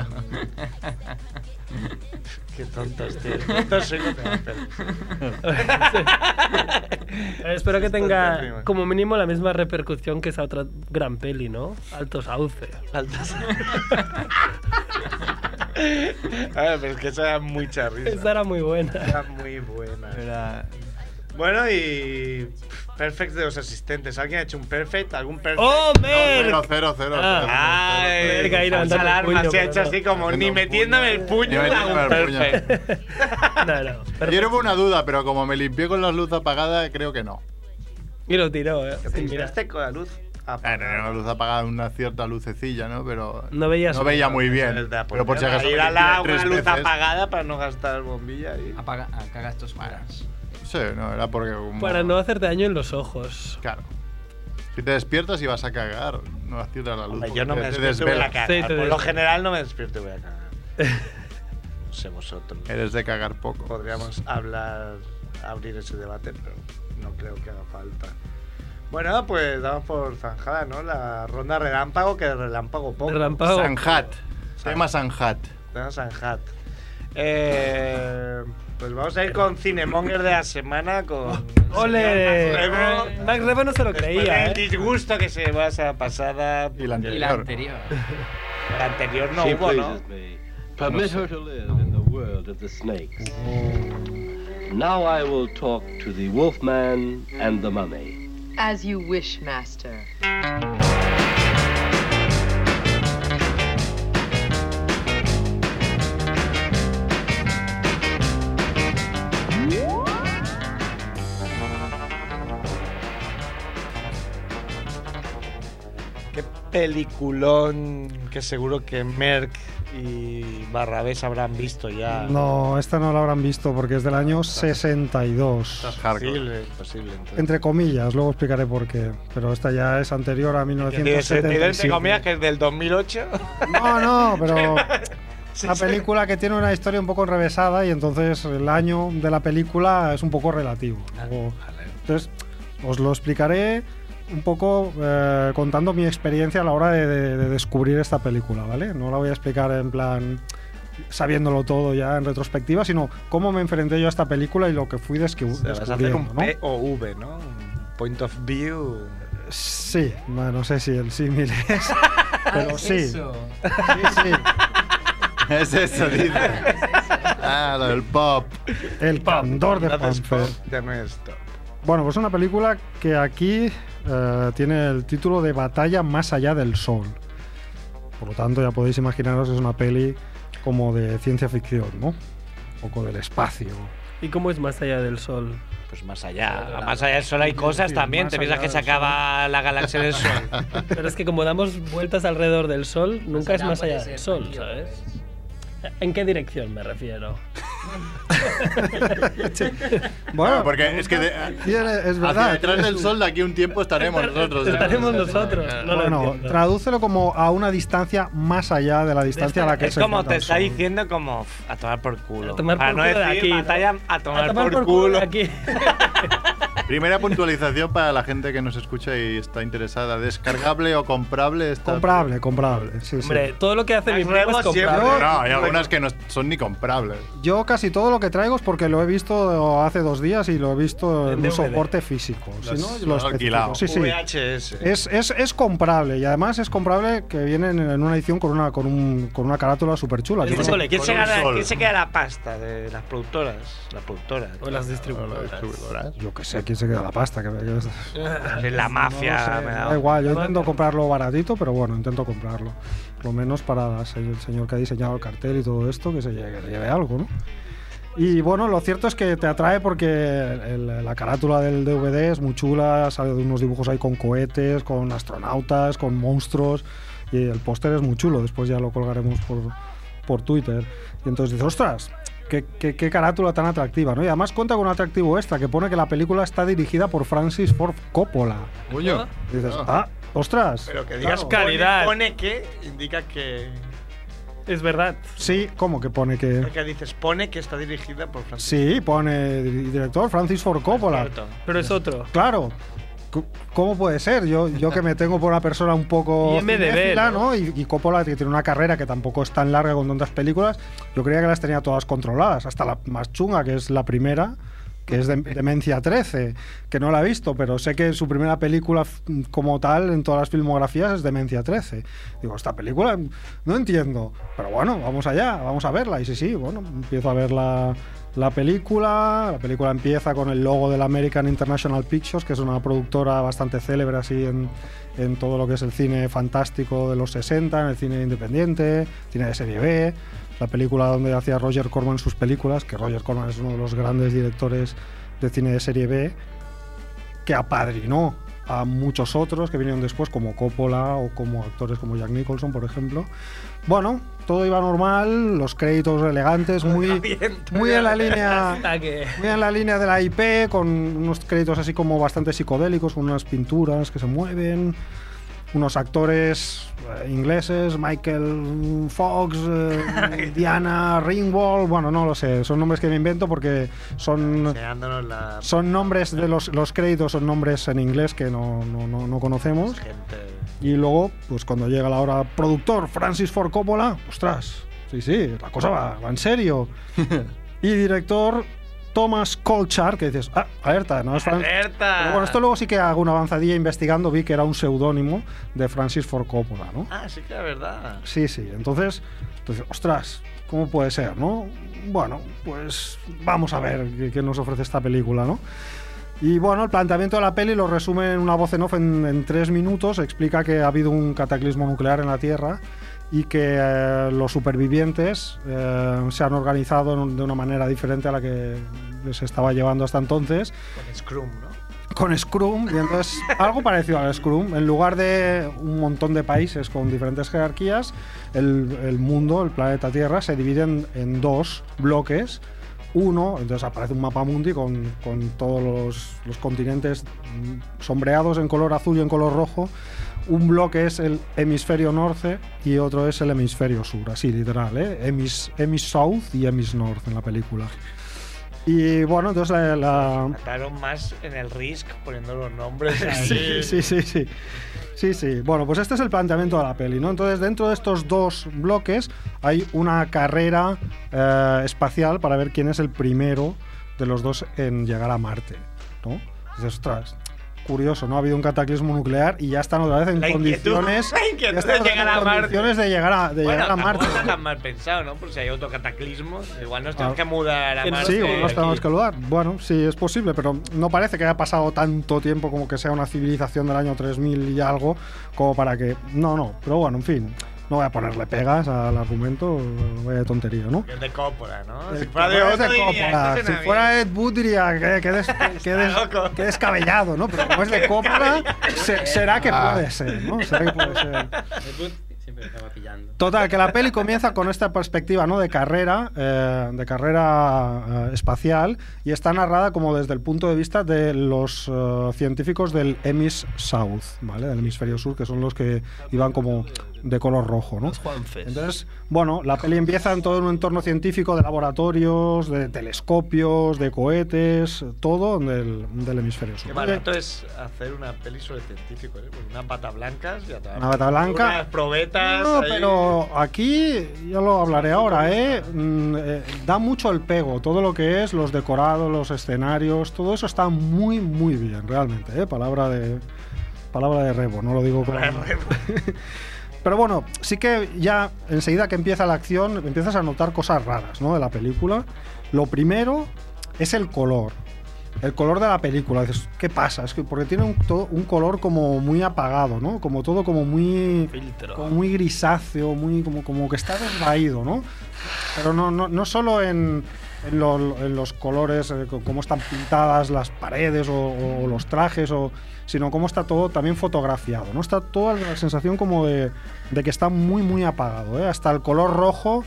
E: Qué tontos, tío. Tontos soy con las pelis.
C: Eh, Espero que
E: Tontos, primo.
C: tenga como mínimo la misma repercusión que esa otra gran peli, ¿no? Alto Sauce.
E: Alto A ver, Ah, pero es que esa era mucha risa.
C: Esa era muy buena.
E: Era muy buena. Bueno, y. Perfect de los asistentes. ¿Alguien ha hecho un perfect? ¿Algún perfect?
C: ¡Oh, Merck!
B: Cero, cero, cero.
E: Ah, ¡Ay!
C: Merck ahí
E: falsa
C: levantando el
E: alarma,
C: puño,
E: se ha
C: pero
E: hecho
C: no.
E: así como ni metiéndome el puño.
B: Ni
E: hago un
B: metiéndome el puño.
E: perfect.
C: No, no.
B: Ayer hubo una duda, pero como me limpié con la luz apagada, creo que no.
C: Y lo tiró, ¿eh? Sin mirar.
E: ¿Miraste con la luz?
B: Claro, era una luz apagada, una cierta lucecilla, ¿no? Pero
C: No veías
B: no veía
C: nada.
B: muy bien.
E: Verdad,
B: Pero por si acaso.
E: Ahí era
B: me
E: la
B: limpié
E: una
B: tres
E: luz
B: veces.
E: apagada para no gastar bombilla. Y...
G: Apaga, acá gastos malas.
B: Sí, no, era porque. como-
C: Para no hacerte daño en los ojos.
B: Claro. Si te despiertas y vas a cagar, no aciertas la luz.
E: Hombre, yo no me
B: porque te
E: despierto y voy a
B: desvelas.
E: cagar.
C: Sí, te
E: Por lo
C: desvelas.
E: general no me despierto y voy a cagar. No sé vosotros.
B: Eres de cagar poco.
E: Eh, Podríamos hablar, abrir ese debate, pero no creo que haga falta. Bueno, pues damos por zanjada, ¿no? La ronda relámpago, que relámpago poco.
C: Relámpago.
B: Sanjat. Tema Sanjat.
E: Tema Sanjat. Eh, pues vamos a ir con Cinemonger de la semana, con...
C: ¡Ole! Eh,
E: Max Rebo.
C: Max Rebo no se lo
E: Después
C: creía,
E: del
C: ¿eh?
E: disgusto que se llevó a esa pasada.
B: Y la
E: porque-
B: anterior. Y la
G: anterior.
E: La anterior no hubo, ¿no?
L: me. Permit her to live in the world of the snakes. Now I will talk to the wolfman and the mummy.
M: As you wish, master.
E: Qué peliculón que seguro que Merck y Barrabés habrán visto ya.
D: No, esta no la habrán visto porque es del año 62.
E: es posible, posible. entonces.
D: Entre comillas, luego explicaré por qué. Pero esta ya es anterior a
E: Tiene sentido, entre
D: 1977.
E: comillas, que es del 2008.
D: No, no, pero una película que tiene una historia un poco enrevesada y entonces el año de la película es un poco relativo. Luego- entonces, os lo explicaré un poco eh, contando mi experiencia a la hora de, de- de descubrir esta película, ¿vale? No la voy a explicar en plan sabiéndolo todo ya en retrospectiva, sino cómo me enfrenté yo a esta película y lo que fui descri-
N: O sea, vas a hacer
D: descubriendo,
N: un
D: ¿no?
N: POV, ¿no? Un point of view.
D: Sí, bueno, no sé si el símil es, pero sí.
B: Es eso, dice. Ah, lo del pop.
D: El candor de
N: Haces
D: Pamper.
N: pop, Ya no es top.
D: Bueno, pues una película que aquí eh, tiene el título de Batalla más allá del sol. Por lo tanto, ya podéis imaginaros, es una peli como de ciencia ficción, ¿no? Un poco del espacio.
C: ¿Y cómo es más allá del sol?
E: Pues más allá. Más allá del sol hay cosas también. ¿Te piensas que se acaba la galaxia del sol?
C: Pero es que como damos vueltas alrededor del sol, nunca es más allá del sol, ¿sabes? Eh, ¿En qué dirección me refiero?
B: Bueno, porque es que de-
D: es
B: hacia
D: verdad.
B: detrás del
D: Es-
B: sol de aquí un tiempo estaremos nosotros. ¿eh?
C: Estaremos nosotros. No lo
D: bueno,
C: entiendo.
D: tradúcelo como a una distancia más allá de la distancia a la que
E: es
D: se
E: como
D: enfrenta
E: te
D: el
E: está
D: sol.
E: diciendo como "Pf, a tomar por culo.
C: A tomar
E: Para
C: por
E: no
C: culo de
E: decir
C: aquí, ¿no?
E: batalla a tomar,
C: tomar
E: por,
C: por
E: culo.
C: culo de aquí.
B: Primera puntualización para la gente que nos escucha y está interesada. ¿Descargable o comprable? Esta...
D: Comprable, comprable. sí, sí.
C: Hombre, todo lo que hace mi primo es
B: No,
C: comprable.
B: no, hay algunas que no son ni comprables.
D: Yo casi todo lo que traigo es porque lo he visto hace dos días y lo he visto
B: En
D: en un
B: DVD.
D: soporte físico. Si
B: Los-
D: no,
B: los
D: lo especifico.
B: alquilado.
D: Sí, sí.
E: VHS.
D: Es, es- es comprable y además es comprable que vienen en una edición con una, con un- con una carátula súper chula.
E: ¿Quién se, quién se gana- quién se queda la pasta de las productoras? Las productoras.
C: O las distribuidoras.
D: Yo qué sé, quién se queda la pasta. que- que-
E: La mafia.
D: No lo sé,
E: me
D: da igual, yo intento comprarlo baratito, pero bueno, intento comprarlo. Lo menos para se- el señor que ha diseñado el cartel y todo esto, que se lle- que le lleve, algo, ¿no? Y bueno, lo cierto es que te atrae porque el- la carátula del DVD es muy chula, sale de unos dibujos ahí con cohetes, con astronautas, con monstruos, y el póster es muy chulo, después ya lo colgaremos por, por Twitter. Y entonces dices, ostras, qué, qué- qué carátula tan atractiva, ¿no? Y además cuenta con un atractivo extra, que pone que la película está dirigida por Francis Ford Coppola.
B: Coño.
D: Y dices, ah, ostras.
E: Pero que
D: digas
C: calidad.
E: Pone, pone que indica que.
C: Es verdad.
D: Sí, ¿cómo que pone que...?
E: Porque dices, pone que está dirigida por Francisco.
D: Sí, pone di- director Francis Ford Coppola.
C: Pero es otro.
D: Claro. C- ¿Cómo puede ser? Yo, yo que me tengo por una persona un poco
C: IMDb,
D: cinéfila, ¿no? Y, y Coppola, que tiene una carrera que tampoco es tan larga con tantas películas, yo creía que las tenía todas controladas, hasta la más chunga, que es la primera, que es de- Demencia 13, que no la he visto, pero sé que su primera película f- como tal en todas las filmografías es Demencia 13. Digo, esta película no entiendo, pero bueno, vamos allá, vamos a verla. Y sí, sí, bueno, empiezo a ver la, la película. La película empieza con el logo de la American International Pictures, que es una productora bastante célebre así en, en todo lo que es el cine fantástico de los 60, en el cine independiente, cine de serie B. La película donde hacía Roger Corman sus películas, que Roger Corman es uno de los grandes directores de cine de serie B, que apadrinó a muchos otros que vinieron después, como Coppola o como actores como Jack Nicholson, por ejemplo. Bueno, todo iba normal, los créditos elegantes, muy, muy en la línea
C: Hasta que-
D: muy en la línea de la IP, con unos créditos así como bastante psicodélicos, con unas pinturas que se mueven, unos actores eh, ingleses, Michael Fox, eh, Diana Ringwald, bueno, no lo sé, son nombres que me invento porque son...
E: Enseñándonos la
D: Son nombres de los, los créditos, son nombres en inglés que no, no- no- no conocemos.
E: gente.
D: Y luego, pues cuando llega la hora productor Francis Ford Coppola, ostras, sí, sí, la cosa va, va en serio. y director Thomas Colchar, que dices, ah, alerta, no es Fran-
E: ¡Alerta!
D: Pero bueno, esto luego sí que hago una avanzadilla investigando, vi que era un seudónimo de Francis Ford Coppola, ¿no?
E: Ah, sí que es verdad.
D: Sí, sí. Entonces, entonces, ostras, ¿cómo puede ser, no? Bueno, pues vamos a ver qué, qué nos ofrece esta película, ¿no? Y bueno, el planteamiento de la peli lo resume en una voz en off en, en tres minutos. Explica que ha habido un cataclismo nuclear en la Tierra y que eh, los supervivientes eh, se han organizado en un- de una manera diferente a la que se estaba llevando hasta entonces
E: Con Scrum, ¿no?
D: con Scrum y entonces algo parecido al Scrum. En lugar de un montón de países con diferentes jerarquías, el, el mundo, el planeta Tierra, se divide en, en dos bloques. Uno, entonces aparece un mapa mundi con, con todos los, los continentes mm, sombreados en color azul y en color rojo. Un bloque es el hemisferio norte y otro es el hemisferio sur, así literal, ¿eh? Hemis, hemis south y hemis north en la película. Y bueno, entonces la- la,
E: Mataron más en el Risk poniendo los nombres.
D: sí,
E: ahí.
D: sí, sí, sí. Sí, sí. Bueno, pues este es el planteamiento de la peli, ¿no? Entonces, dentro de estos dos bloques hay una carrera eh, espacial para ver quién es el primero de los dos en llegar a Marte, ¿no? Entonces, ostras, curioso, ¿no? Ha habido un cataclismo nuclear y ya están otra vez en
E: La inquietud,
D: condiciones...
E: la inquietud
D: ya están
E: de
D: otra vez
E: llegar a
D: en
E: Marte.
D: condiciones de llegar a, de
E: bueno,
D: llegar a
E: tampoco
D: Marte.
E: está tan mal pensado, ¿no? Por si hay otro cataclismo, igual nos tenemos
D: Ah.
E: que mudar a Marte.
D: Sí, bueno, nos tenemos
E: aquí.
D: que dudar. Bueno, sí, es posible, pero no parece que haya pasado tanto tiempo como que sea una civilización del año 3000 y algo, como para que. No, no, pero bueno, en fin. No voy a ponerle pegas al argumento, vaya tontería, ¿no?
E: Es de Coppola, ¿no?
D: Eh,
E: Si fuera de
D: es de
E: otro diría,
D: Coppola.
E: esto
D: Si
E: suena
D: fuera Ed Wood diría que, que des- que des- que descabellado, ¿no? Pero como es de Coppola, se- será que
O: Ah.
D: puede ser, ¿no? Será que puede ser.
O: Siempre me estaba pillando.
D: Total, que la peli comienza con esta perspectiva ¿no? de carrera, eh, de carrera eh, espacial, y está narrada como desde el punto de vista de los eh, científicos del Hemis South, ¿vale? Del hemisferio sur, que son los que iban como de color rojo, ¿no? Entonces, bueno, la peli empieza en todo un entorno científico de laboratorios, de telescopios, de cohetes, todo del, del hemisferio sur.
E: Qué barato es hacer una peli sobre científicos, ¿eh? Porque unas bata blancas y atrás.
D: Una bata blanca.
E: Unas probetas.
D: No,
E: ahí.
D: pero aquí ya lo hablaré ahora, ¿eh? Mm, eh, Da mucho el pego, todo lo que es los decorados, los escenarios, todo eso está muy, muy bien, realmente, ¿eh? Palabra de, palabra de Rebo, no lo digo con... Pero bueno, sí que ya enseguida que empieza la acción empiezas a notar cosas raras, ¿no? De la película. Lo primero es el color. El color de la película. Dices, ¿qué pasa? Es que porque tiene un, to- un color como muy apagado, ¿no? Como todo como muy
C: Filtro.
D: como muy grisáceo, muy como, como que está desvaído, ¿no? Pero no, no, no solo en, en lo- en los colores, eh, co- cómo están pintadas las paredes o, o los trajes, o, sino cómo está todo también fotografiado, ¿no? Está toda la sensación como de, de que está muy, muy apagado, ¿eh? Hasta el color rojo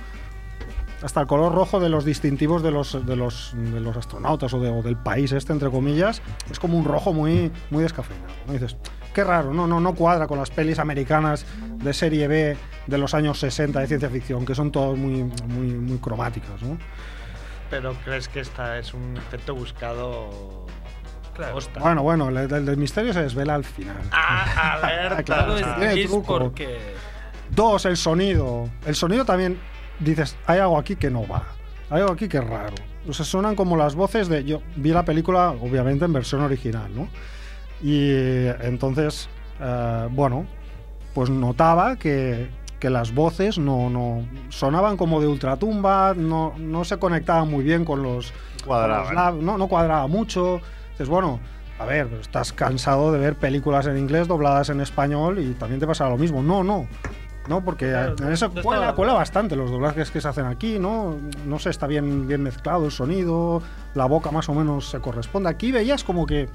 D: hasta el color rojo de los distintivos de los, de los, de los astronautas o, de- o del país este, entre comillas, es como un rojo muy, muy descafeinado. ¿no? Y dices, qué raro, no, no, no cuadra con las pelis americanas de serie B de los años 60 de ciencia ficción, que son todas muy, muy, muy cromáticas. ¿no?
E: Pero crees que esta es un efecto buscado. Claro.
D: Bueno, bueno, el, el del misterio se desvela al final.
E: Ah, alerta.
D: Claro, es que tiene
C: es
D: truco.
C: porque.
D: Dos, el sonido. El sonido también dices, hay algo aquí que no va. Hay algo aquí que es raro. O sea, sonan como las voces de. Yo vi la película, obviamente, en versión original, ¿no? Y eh, entonces, eh, bueno, pues notaba que, que las voces no, no sonaban como de ultratumba, no, no se conectaban muy bien con los.
B: Cuadraban.
D: con los lab- no, no cuadraba mucho. Entonces, bueno. A ver, pero estás cansado de ver películas en inglés dobladas en español y también te pasa lo mismo. No, no. No, porque
C: Claro,
D: en eso
C: no
D: cuela,
C: estaba-
D: cuela bastante los doblajes que se hacen aquí, ¿no? No sé, está bien, bien mezclado el sonido, la boca más o menos se corresponde. Aquí veías como que,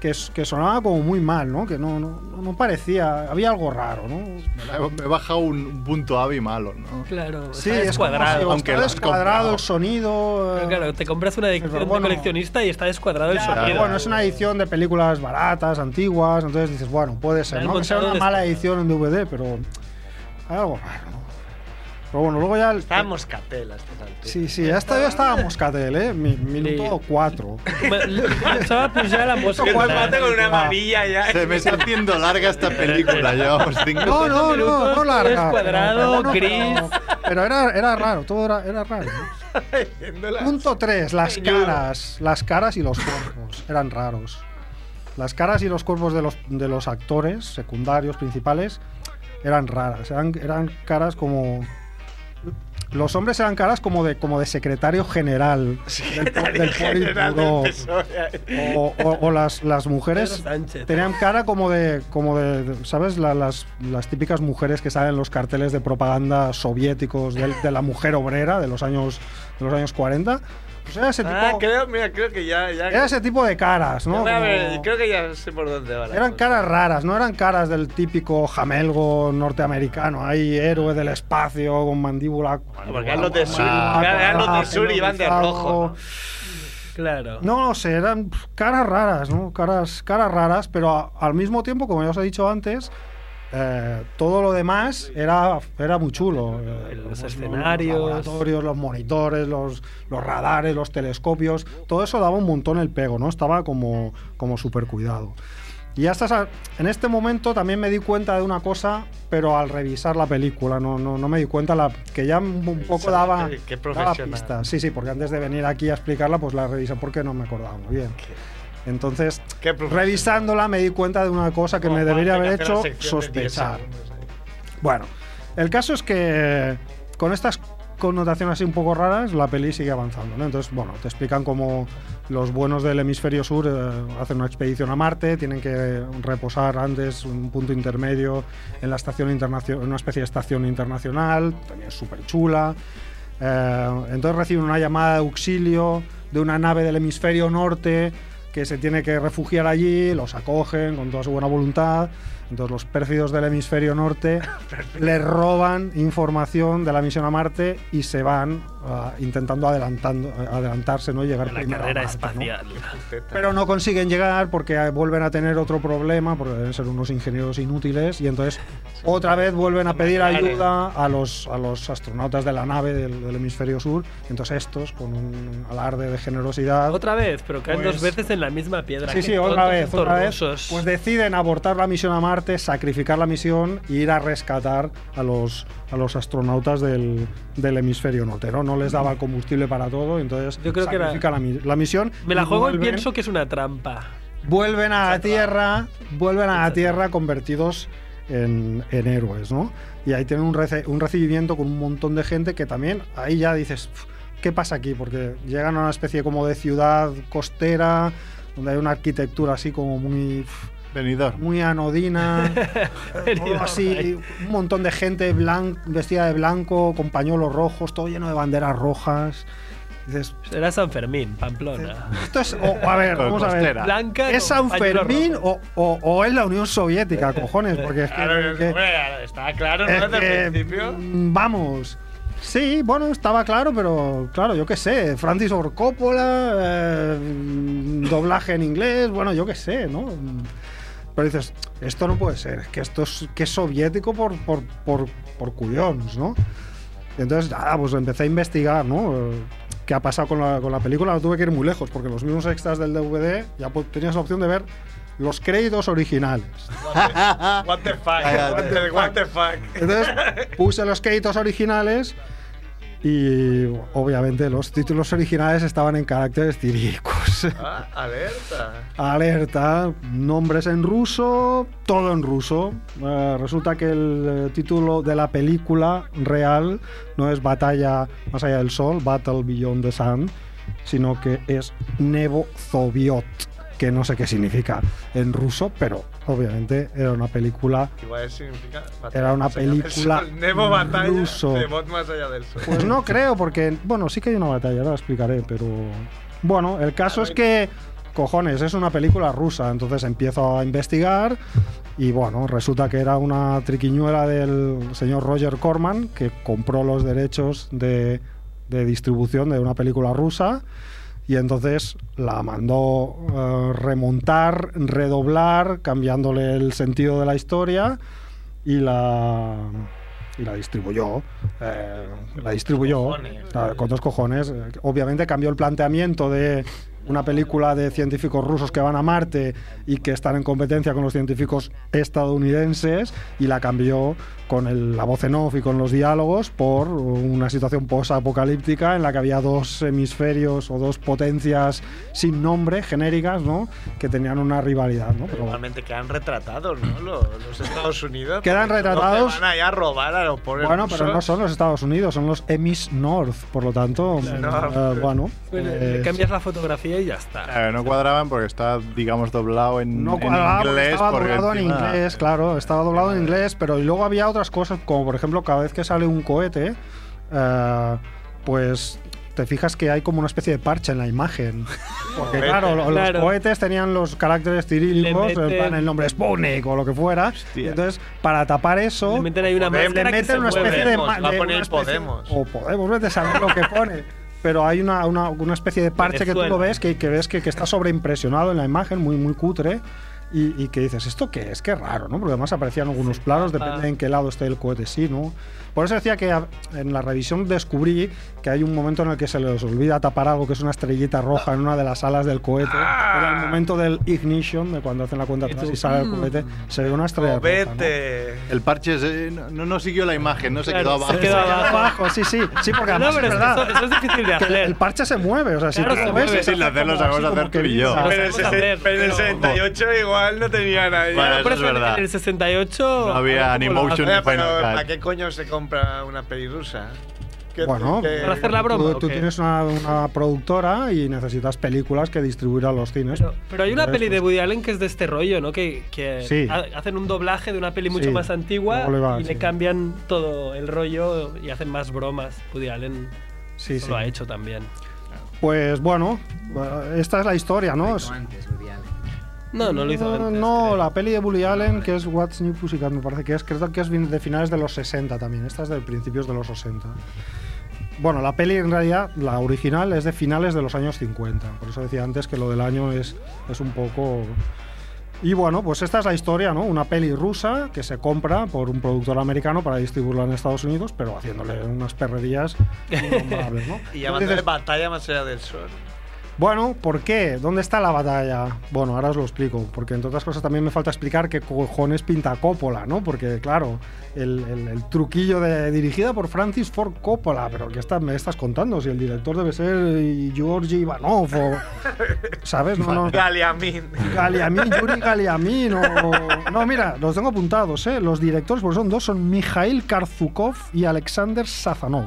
D: que, s- que sonaba como muy mal, ¿no? Que no, no, no parecía, había algo raro, ¿no?
B: Me he bajado un punto AVI malo, ¿no?
C: Claro,
D: Sí,
C: está
D: es como
C: descuadrado.
D: si-
B: Aunque lo has
D: descuadrado el sonido.
C: Pero
D: eh,
C: claro, te compras una edición de
D: bueno.
C: coleccionista y está descuadrado el
D: Pero
C: sonido.
D: bueno, es una edición de películas baratas, antiguas, entonces dices, bueno, puede ser,
C: Me
D: ¿no?
C: han
D: Que sea
C: montado
D: una mala edición en DVD, pero hay algo raro, ¿no? Pero bueno, luego ya... el-
E: Está moscatela
D: este
E: esta
D: Sí, sí, ya estaba, ya estaba Moscatel, ¿eh? Mi- minuto 4.
C: Pensaba pujar la
D: Esto
C: mosca.
D: cuál mate con una
E: amarilla ya.
B: Se me está haciendo larga esta película, llevamos cinco
D: No, no, no, no
C: minutos,
D: larga.
C: tres cuadrado,
D: pero-
C: gris.
D: Pero era, era raro, todo era, era raro. ¿no? Punto 3, las caras. Las caras y los cuerpos eran raros. Las caras y los cuerpos de los, de los actores secundarios, principales, eran raras. Eran, eran caras como... Los hombres eran caras como de, como de secretario general del, po- del
E: general del
D: politburó.
E: PSOE.
D: O, o- o las, las mujeres
E: Pedro Sánchez.
D: tenían cara como de, como de de- ¿sabes? La- las, las típicas mujeres que salen en los carteles de propaganda soviéticos del- de, la mujer obrera de los años, de los años 40. Pues era ese tipo,
E: Ah, creo, mira, creo que ya. ya
D: era ese tipo de caras, ¿no?
E: Ya me abre-
D: Como-
E: creo que ya sé por dónde va. la
D: eran
E: cosa.
D: caras raras, no eran caras del típico jamelgo norteamericano, ahí héroe del espacio con mandíbula.
E: Porque eran los de sur,
D: Ah,
E: eran los de
D: ah,
E: sur y van de rojo. ¿no?
C: Claro.
D: No lo sé, eran pf, caras raras, ¿no? Caras, caras raras, pero a- al mismo tiempo, como ya os he dicho antes, eh, todo lo demás era, era muy chulo. Eh,
C: Los
D: Los
C: escenarios.
D: laboratorios, los monitores, los, los radares, los telescopios, todo eso daba un montón el pego, ¿no? Estaba como, como súper cuidado. Y hasta esa- en este momento también me di cuenta de una cosa, pero al revisar la película, no, no, no me di cuenta la, que ya un poco daba,
E: Qué- qué
D: daba
E: profesional.
D: pistas. Sí, sí, porque antes de venir aquí a explicarla, pues la revisé porque no me acordaba muy bien. Entonces, revisándola me di cuenta de una cosa que me debería haber
E: hacer la
D: hecho
E: sección de 10
D: sospechar. Bueno, el caso es que con estas connotaciones así un poco raras, la peli sigue avanzando, ¿no? Entonces, bueno, te explican cómo los buenos del hemisferio sur eh, hacen una expedición a Marte, tienen que reposar antes un punto intermedio en la estación internacional, una especie de estación internacional, también súper chula. Eh, entonces reciben una llamada de auxilio de una nave del hemisferio norte que se tiene que refugiar allí, los acogen con toda su buena voluntad. Entonces los pérfidos del hemisferio norte les roban información de la misión a Marte y se van ah, intentando adelantando, adelantarse, ¿no? Y Llegar
C: La
D: primero a
C: carrera
D: Marte, ¿no?
C: espacial.
D: Pero no consiguen llegar porque eh, vuelven a tener otro problema, porque deben ser unos ingenieros inútiles, y entonces otra vez vuelven a pedir
E: maquinaria.
D: ayuda a los, a los astronautas de la nave del, del hemisferio sur. y entonces estos, con un alarde de generosidad.
C: Otra vez, pero caen
D: Pues-
C: dos veces en la misma piedra.
D: Sí,
C: Qué
D: sí, otra
C: tontos
D: vez,
C: estos
D: otra vez.
C: rusos.
D: Pues deciden abortar la misión a Marte, sacrificar la misión y ir a rescatar a los, a los astronautas del, del hemisferio norte. ¿no? no les daba el combustible para todo, y entonces
C: Yo creo que era-
D: sacrifican la, mi- la misión.
C: Me la juego y
D: vuelven-
C: pienso que es una trampa.
D: vuelven a la Tierra, vuelven a la Tierra convertidos en, en héroes, ¿no? Y ahí tienen un, rece- un recibimiento con un montón de gente que también, ahí ya dices, "Uf, ¿qué pasa aquí? Porque llegan a una especie como de ciudad costera, donde hay una arquitectura así como muy... uf, Muy anodina, todo así, un montón de gente blan- vestida de blanco, con pañuelos rojos, todo lleno de banderas rojas. Dices,
C: Era San Fermín, Pamplona.
D: esto es, o, a ver, vamos a ver.
C: Blanca
D: ¿Es
C: con
D: San
C: pañuelo
D: Fermín o, o- o es la Unión Soviética, cojones? Porque es que.
E: Claro,
D: que-
E: hombre, estaba claro, ¿no?
D: es
E: Desde
D: que,
E: el principio.
D: mm, Vamos. Sí, bueno, estaba claro, pero claro, yo qué sé. Francis Ford Coppola, eh, mm, doblaje en inglés, bueno, yo qué sé, ¿no? Pero dices, esto no puede ser, es que esto es, que es soviético por, por, por, por cullones, ¿no? Y entonces, nada, pues empecé a investigar, ¿no? Eh, ¿Qué ha pasado con la, con la película? No tuve que ir muy lejos, porque los mismos extras del DVD ya po- tenías la opción de ver los créditos originales.
E: What the fuck? What the- What the fuck?
D: Entonces puse los créditos originales y obviamente los títulos originales estaban en caracteres cirílicos.
E: Ah, alerta.
D: Alerta, nombres en ruso, todo en ruso. Eh, resulta que el eh, título de la película real no es Batalla más allá del sol, Battle Beyond the Sun, sino que es Nevo Zoviot, que no sé qué significa en ruso, pero obviamente era una película
E: Igual significa batalla
D: Era una
E: más allá del
D: película
E: sol. Nemo batalla
D: ruso.
E: de bot más allá del sol.
D: Pues no creo, porque, bueno, sí que hay una batalla, ahora lo explicaré, pero... Bueno, el caso es que, cojones, es una película rusa, entonces empiezo a investigar y, bueno, resulta que era una triquiñuela del señor Roger Corman, que compró los derechos de, de distribución de una película rusa y entonces la mandó eh, remontar, redoblar, cambiándole el sentido de la historia y la y la distribuyó eh, la distribuyó claro, con dos cojones Eh, obviamente cambió el planteamiento de una película de científicos rusos que van a Marte y que están en competencia con los científicos estadounidenses y la cambió con el- la voz en off y con los diálogos por una situación posapocalíptica en la que había dos hemisferios o dos potencias sin nombre genéricas ¿no? que tenían una rivalidad ¿no? Pero-
E: Normalmente quedan retratados, ¿no? Los, los Estados Unidos.
D: Quedan
E: porque todos
D: retratados.
E: te Van allá a robar a los pobres
D: Bueno, pero
E: rusos.
D: no son los Estados Unidos, son los Emis North, por lo tanto,
E: North.
D: eh, bueno.
C: Bueno,
D: eh,
C: le cambias la fotografía y ya está.
B: Claro, Eh, no cuadraban porque estaba, digamos, doblado en,
D: no
B: en
D: cuadraba porque
B: inglés.
D: estaba
B: porque
D: doblado en
B: encima-
D: inglés, claro, estaba doblado en inglés, pero y luego había otras cosas, como por ejemplo, cada vez que sale un cohete, eh, pues te fijas que hay como una especie de parche en la imagen. Porque
E: Cohete.
D: claro, lo- los
E: Claro.
D: cohetes tenían los caracteres cirílicos,
E: Le
D: en plan
E: meten-
D: el nombre Sputnik o lo que fuera. y entonces, para tapar eso, le meten,
C: una máscara que se
D: una
C: mueve.
D: especie de,
E: Podemos,
D: ma-
E: va a
D: de
E: poner
D: una especie-
E: Podemos.
D: O Podemos, vete a saber lo que pone. Pero hay una, una, una especie de parche que tú
E: Venezuela.
D: lo ves, que, que ves que, que está sobreimpresionado en la imagen, muy, muy cutre. Y, y que dices, ¿esto qué es? Qué raro, ¿no? Porque además aparecían algunos planos, depende en qué lado esté el cohete, sí, ¿no? Por eso decía que a- en la revisión descubrí que hay un momento en el que se les olvida tapar algo que es una estrellita roja en una de las alas del cohete. Era el momento del ignition, de cuando hacen la cuenta atrás y sale el
B: Mm.
D: cohete, se ve una estrella roja.
B: Vete. El parche se- no, no- no siguió la imagen, no se
D: Claro,
B: quedó
D: se
B: abajo.
D: quedó abajo, sí, sí. Sí, porque además
B: pero
D: es
B: es
D: verdad.
B: que eso- eso es difícil de
D: que
B: hacer.
D: El parche se mueve, o sea, si
B: Claro,
D: tú
B: se
D: lo ves,
B: mueve.
D: se
B: Sin
D: hace
B: hacerlo,
D: como
B: sabemos
D: así,
B: hacer
D: como
B: tú y
D: que
B: yo.
D: vibra.
B: Pero
C: Vamos a ver,
E: Pero en el
C: pero-
E: 78 igual no tenía nadie.
B: Bueno, eso
C: Por
B: es
C: en-
B: verdad.
C: En el 68.
B: No había
C: ¿cómo lo
B: Animotion
C: hacen?
B: ni Final
E: Pero, ¿A
B: Cut.
E: qué coño se compra una peli rusa? ¿Qué-
D: Bueno,
E: qué-
D: tú- Tú, tienes una, una productora y necesitas películas que distribuir a los cines.
C: Pero hay una
D: Entonces,
C: peli de Woody Allen que es de este rollo, ¿no? Que, que
D: Sí.
C: ha- hacen un doblaje de una peli mucho
D: Sí.
C: más antigua
D: Luego le va,
C: y
D: sí.
C: le cambian todo el rollo y hacen más bromas. Woody Allen
D: Sí,
C: eso
D: sí.
C: lo ha hecho también.
D: Pues bueno, esta es la historia, ¿no?
C: No, no lo hizo
D: No,
C: antes.
D: Eh, no, la peli de Bully Allen, que es What's New Pussycat, me parece que es, creo que es de finales de los 60 también. Esta es de principios de los 60. Bueno, la peli en realidad, la original, es de finales de los años 50. Por eso decía antes que lo del año es, es un poco... Y bueno, pues esta es la historia, ¿no? Una peli rusa que se compra por un productor americano para distribuirla en Estados Unidos, pero haciéndole unas perrerías innombrables, ¿no?
E: Y llamándole batalla más allá del sol.
D: Bueno, ¿por qué? ¿Dónde está la batalla? Bueno, ahora os lo explico, porque entre otras cosas también me falta explicar qué cojones pinta Coppola, ¿no? Porque, claro, el, el- el truquillo de, dirigida por Francis Ford Coppola, pero ¿qué está- me estás contando? Si el director debe ser eh, Georgi Ivanov o... ¿Sabes? No, no.
E: Galiamín.
D: Galiamín, Yuri Galiamín o- No, mira, los tengo apuntados, ¿eh? Los directores, porque son dos, son Mikhail Karzukov y Alexander Sazanov.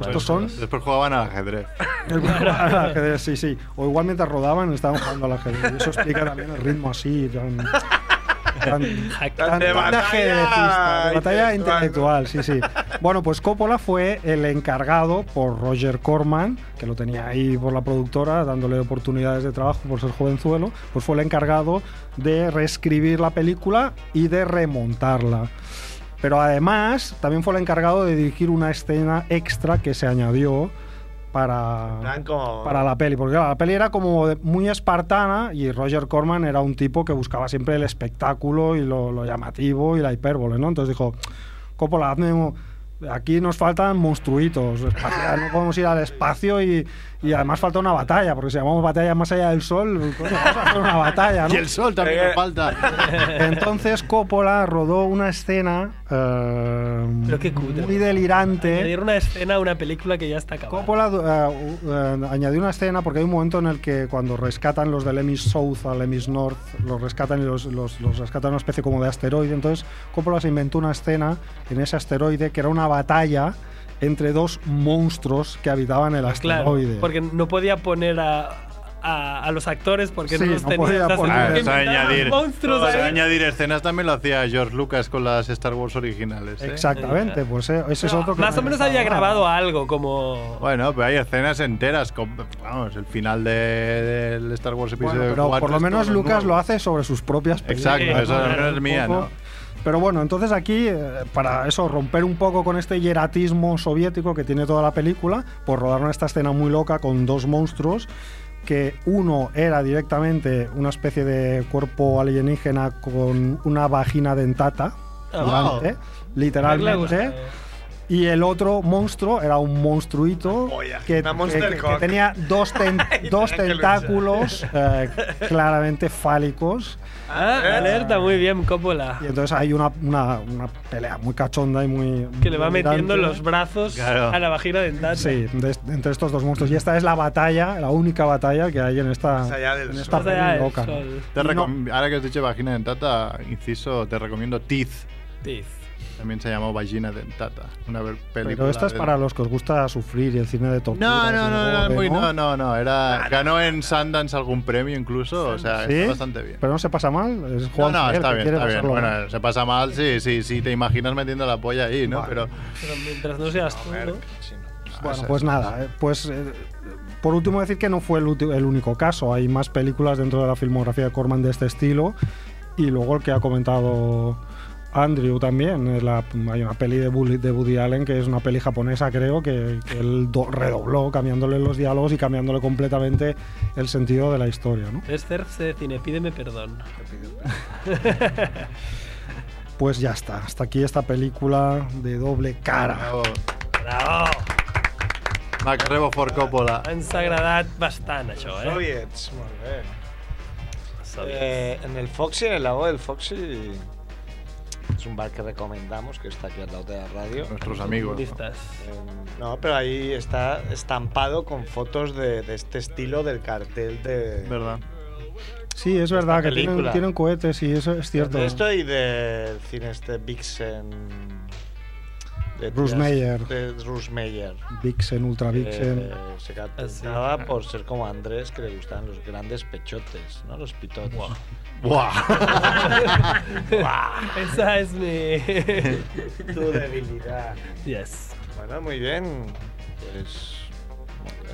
D: Estos son ¿eh?
B: Después jugaban al ajedrez.
D: el al ajedrez, sí, sí. O igual mientras rodaban estaban jugando al ajedrez. Eso explica también el ritmo así, tan. tan, tan-
E: de
D: tan
E: batalla
D: ajedrecista, de batalla
E: intelectual,
D: intelectual, sí, sí. Bueno, pues Coppola fue el encargado por Roger Corman, que lo tenía ahí por la productora, dándole oportunidades de trabajo por ser jovenzuelo, pues fue el encargado de reescribir la película y de remontarla. Pero además también fue el encargado de dirigir una escena extra que se añadió para,
E: Blanco.
D: para la peli. Porque claro, la peli era como de- muy espartana y Roger Corman era un tipo que buscaba siempre el espectáculo y lo, lo llamativo y la hipérbole, ¿no? Entonces dijo, Coppola, hazme un- Aquí nos faltan monstruitos, espaciales, no podemos ir al espacio y, y además falta una batalla, porque si llamamos batalla más allá del sol, coño, vamos a hacer una batalla, ¿no?
B: Y el sol también
C: Eh,
B: nos falta.
D: Entonces Coppola rodó una escena eh, muy delirante.
C: Añadir una escena a una película que ya está acabada.
D: Coppola eh, eh, añadió una escena porque hay un momento en el que cuando rescatan los del Emis South al Emis North, los rescatan y los, los- los rescatan en una especie como de asteroide. Entonces Coppola se inventó una escena en ese asteroide que era una batalla entre dos monstruos que habitaban el
C: Pues Claro,
D: asteroide.
C: porque no podía poner a, a, a los actores porque
D: Sí,
C: no los
D: no
C: tenía.
D: podía
C: Entonces,
B: Ah,
C: tenía
D: poner.
C: que
B: eso de
C: inventar
B: añadir,
C: monstruos
B: eso de
C: ahí.
B: añadir escenas también lo hacía George Lucas con las Star Wars originales. ¿eh?
D: Exactamente, pues eh, ese es otro que
C: Más
D: no
C: o menos
D: había
C: había
D: grabado.
C: grabado algo como.
B: Bueno, pero hay escenas enteras, con, vamos, el final de- del Star Wars episodio
D: Bueno, pero
B: 4
D: por lo
B: es
D: menos
B: todo
D: Lucas
B: nuevo.
D: lo hace sobre sus propias películas.
B: Exacto, eso al menos es
D: Eh, Un
B: mía,
D: poco.
B: ¿no?
D: Pero bueno, entonces aquí, eh, para eso, romper un poco con este hieratismo soviético que tiene toda la película, pues rodaron esta escena muy loca con dos monstruos, que uno era directamente una especie de cuerpo alienígena con una vagina dentata,
E: Oh.
C: Ah,
D: gigante,
C: wow.
D: literalmente.
C: Verla,
D: Y el otro monstruo era un monstruito que,
E: una
D: que-
E: monster
D: que- que
E: cock.
D: tenía dos, ten- dos tentáculos eh, claramente fálicos.
C: Ah,
B: ¿Eh?
C: alerta, muy bien, Coppola.
D: Y entonces hay una, una- una pelea muy cachonda y muy.
C: Que le va
D: muy
C: metiendo
D: delirante.
C: los brazos
D: Claro.
C: a la vagina dental.
D: Sí, de- entre estos dos monstruos. Y esta es la batalla, la única batalla que hay en esta. en esta peli loca.
B: Te recom- Ahora que os he dicho vagina dentata, inciso, te recomiendo Teeth.
C: Teeth.
B: También se llamó vagina dentata. Una ver- película.
D: Pero esta es
B: de-
D: para los que os gusta sufrir y el cine de tortura.
B: No,
D: es
B: no,
D: un
B: no, no,
D: gore,
B: muy- no, no, no, era ganó en Sundance algún premio incluso, o sea,
D: ¿Sí?
B: está bastante bien.
D: Pero no se pasa mal. Es
B: No,
D: Juan
B: no,
D: Fer que
B: está bien,
D: quiere
B: está bien.
D: pasarlo mal.
B: Bueno, se pasa mal si sí, sí, te imaginas metiendo la polla ahí, ¿no? Pero
C: Pero mientras no seas tú, ¿no?
D: Bueno, pues nada, eh, pues eh, por último decir que no fue el, ulti- el único caso, hay más películas dentro de la filmografía de Corman de este estilo y luego el que ha comentado Andrew también. es la- hay una peli de Woody, de Woody Allen que es una peli japonesa, creo, que, que él do- redobló cambiándole los diálogos y cambiándole completamente el sentido de la historia. ¿no?
C: Es Cerce de Cine, pídeme perdón.
D: Pues ya está. Hasta aquí esta película de doble cara.
B: Bravo.
C: Bravo!
B: Macarrebo for Coppola. eh,
C: Ens ha agradat bastant, això, eh?
E: Soviets, molt bé. Eh, en el Foxy, en el lago del Foxy, es un bar que recomendamos, que está aquí al lado de la radio.
B: Nuestros amigos.
C: Turistas.
E: Eh, No, pero ahí está estampado con fotos de, de este estilo del cartel de...
B: ¿Verdad?
D: Sí, es verdad que tienen,
E: película.
D: tienen cohetes y eso es cierto.
E: De esto y del cine este Vixen... de-
D: Bruce
E: de-
D: Meyer.
E: De Bruce Meyer.
D: Vixen, Ultra Vixen.
E: Eh, se caracterizaba por ser como Andrés, que le gustan los grandes pechotes, ¿no? Los pitotes.
C: Esa es mi...
E: Tu debilidad.
C: Yes.
E: Bueno, muy bien. Pues,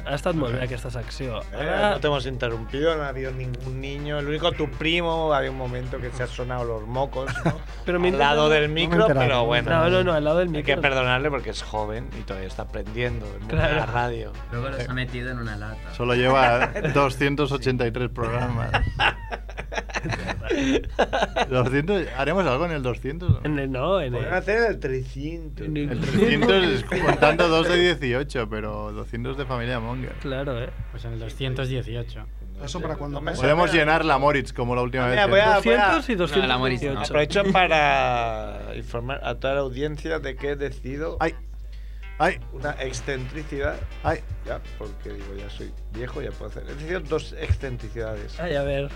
C: Ha estat molt bé aquesta secció.
E: eh, no te hemos interrumpido, no ha habido ningún niño. El único tu primo, había un momento que se han sonado los mocos, ¿no?
C: Pero me
E: al lado
C: interesa-
E: del
C: no me
E: micro,
C: enteraba, no
E: pero
C: me
E: bueno.
C: enteraba. No, no, no, al lado del
E: Hay
C: micro.
E: que perdonarle porque es joven y todavía está aprendiendo el mundo de la
C: Claro.
E: radio.
P: Luego los ha metido en una lata.
B: Solo lleva 283 programas. 200, ¿Haremos algo en el 200?
C: En el, no, en el...
E: Podrían hacer el 300.
B: El 300 es contando 2 de 18, pero 200 de familia Monger.
C: Claro, eh.
Q: Pues en el 218.
D: Eso para cuando
B: Podemos llenar la Moritz como la última
E: Mira,
B: vez.
E: voy a-
B: que-
E: voy a-
B: No, la Moritz no.
E: Aprovecho para informar a toda la audiencia de que he decidido una excentricidad. Ya, porque digo, ya soy viejo, ya puedo hacer. He decidido dos excentricidades.
C: Ay, a ver.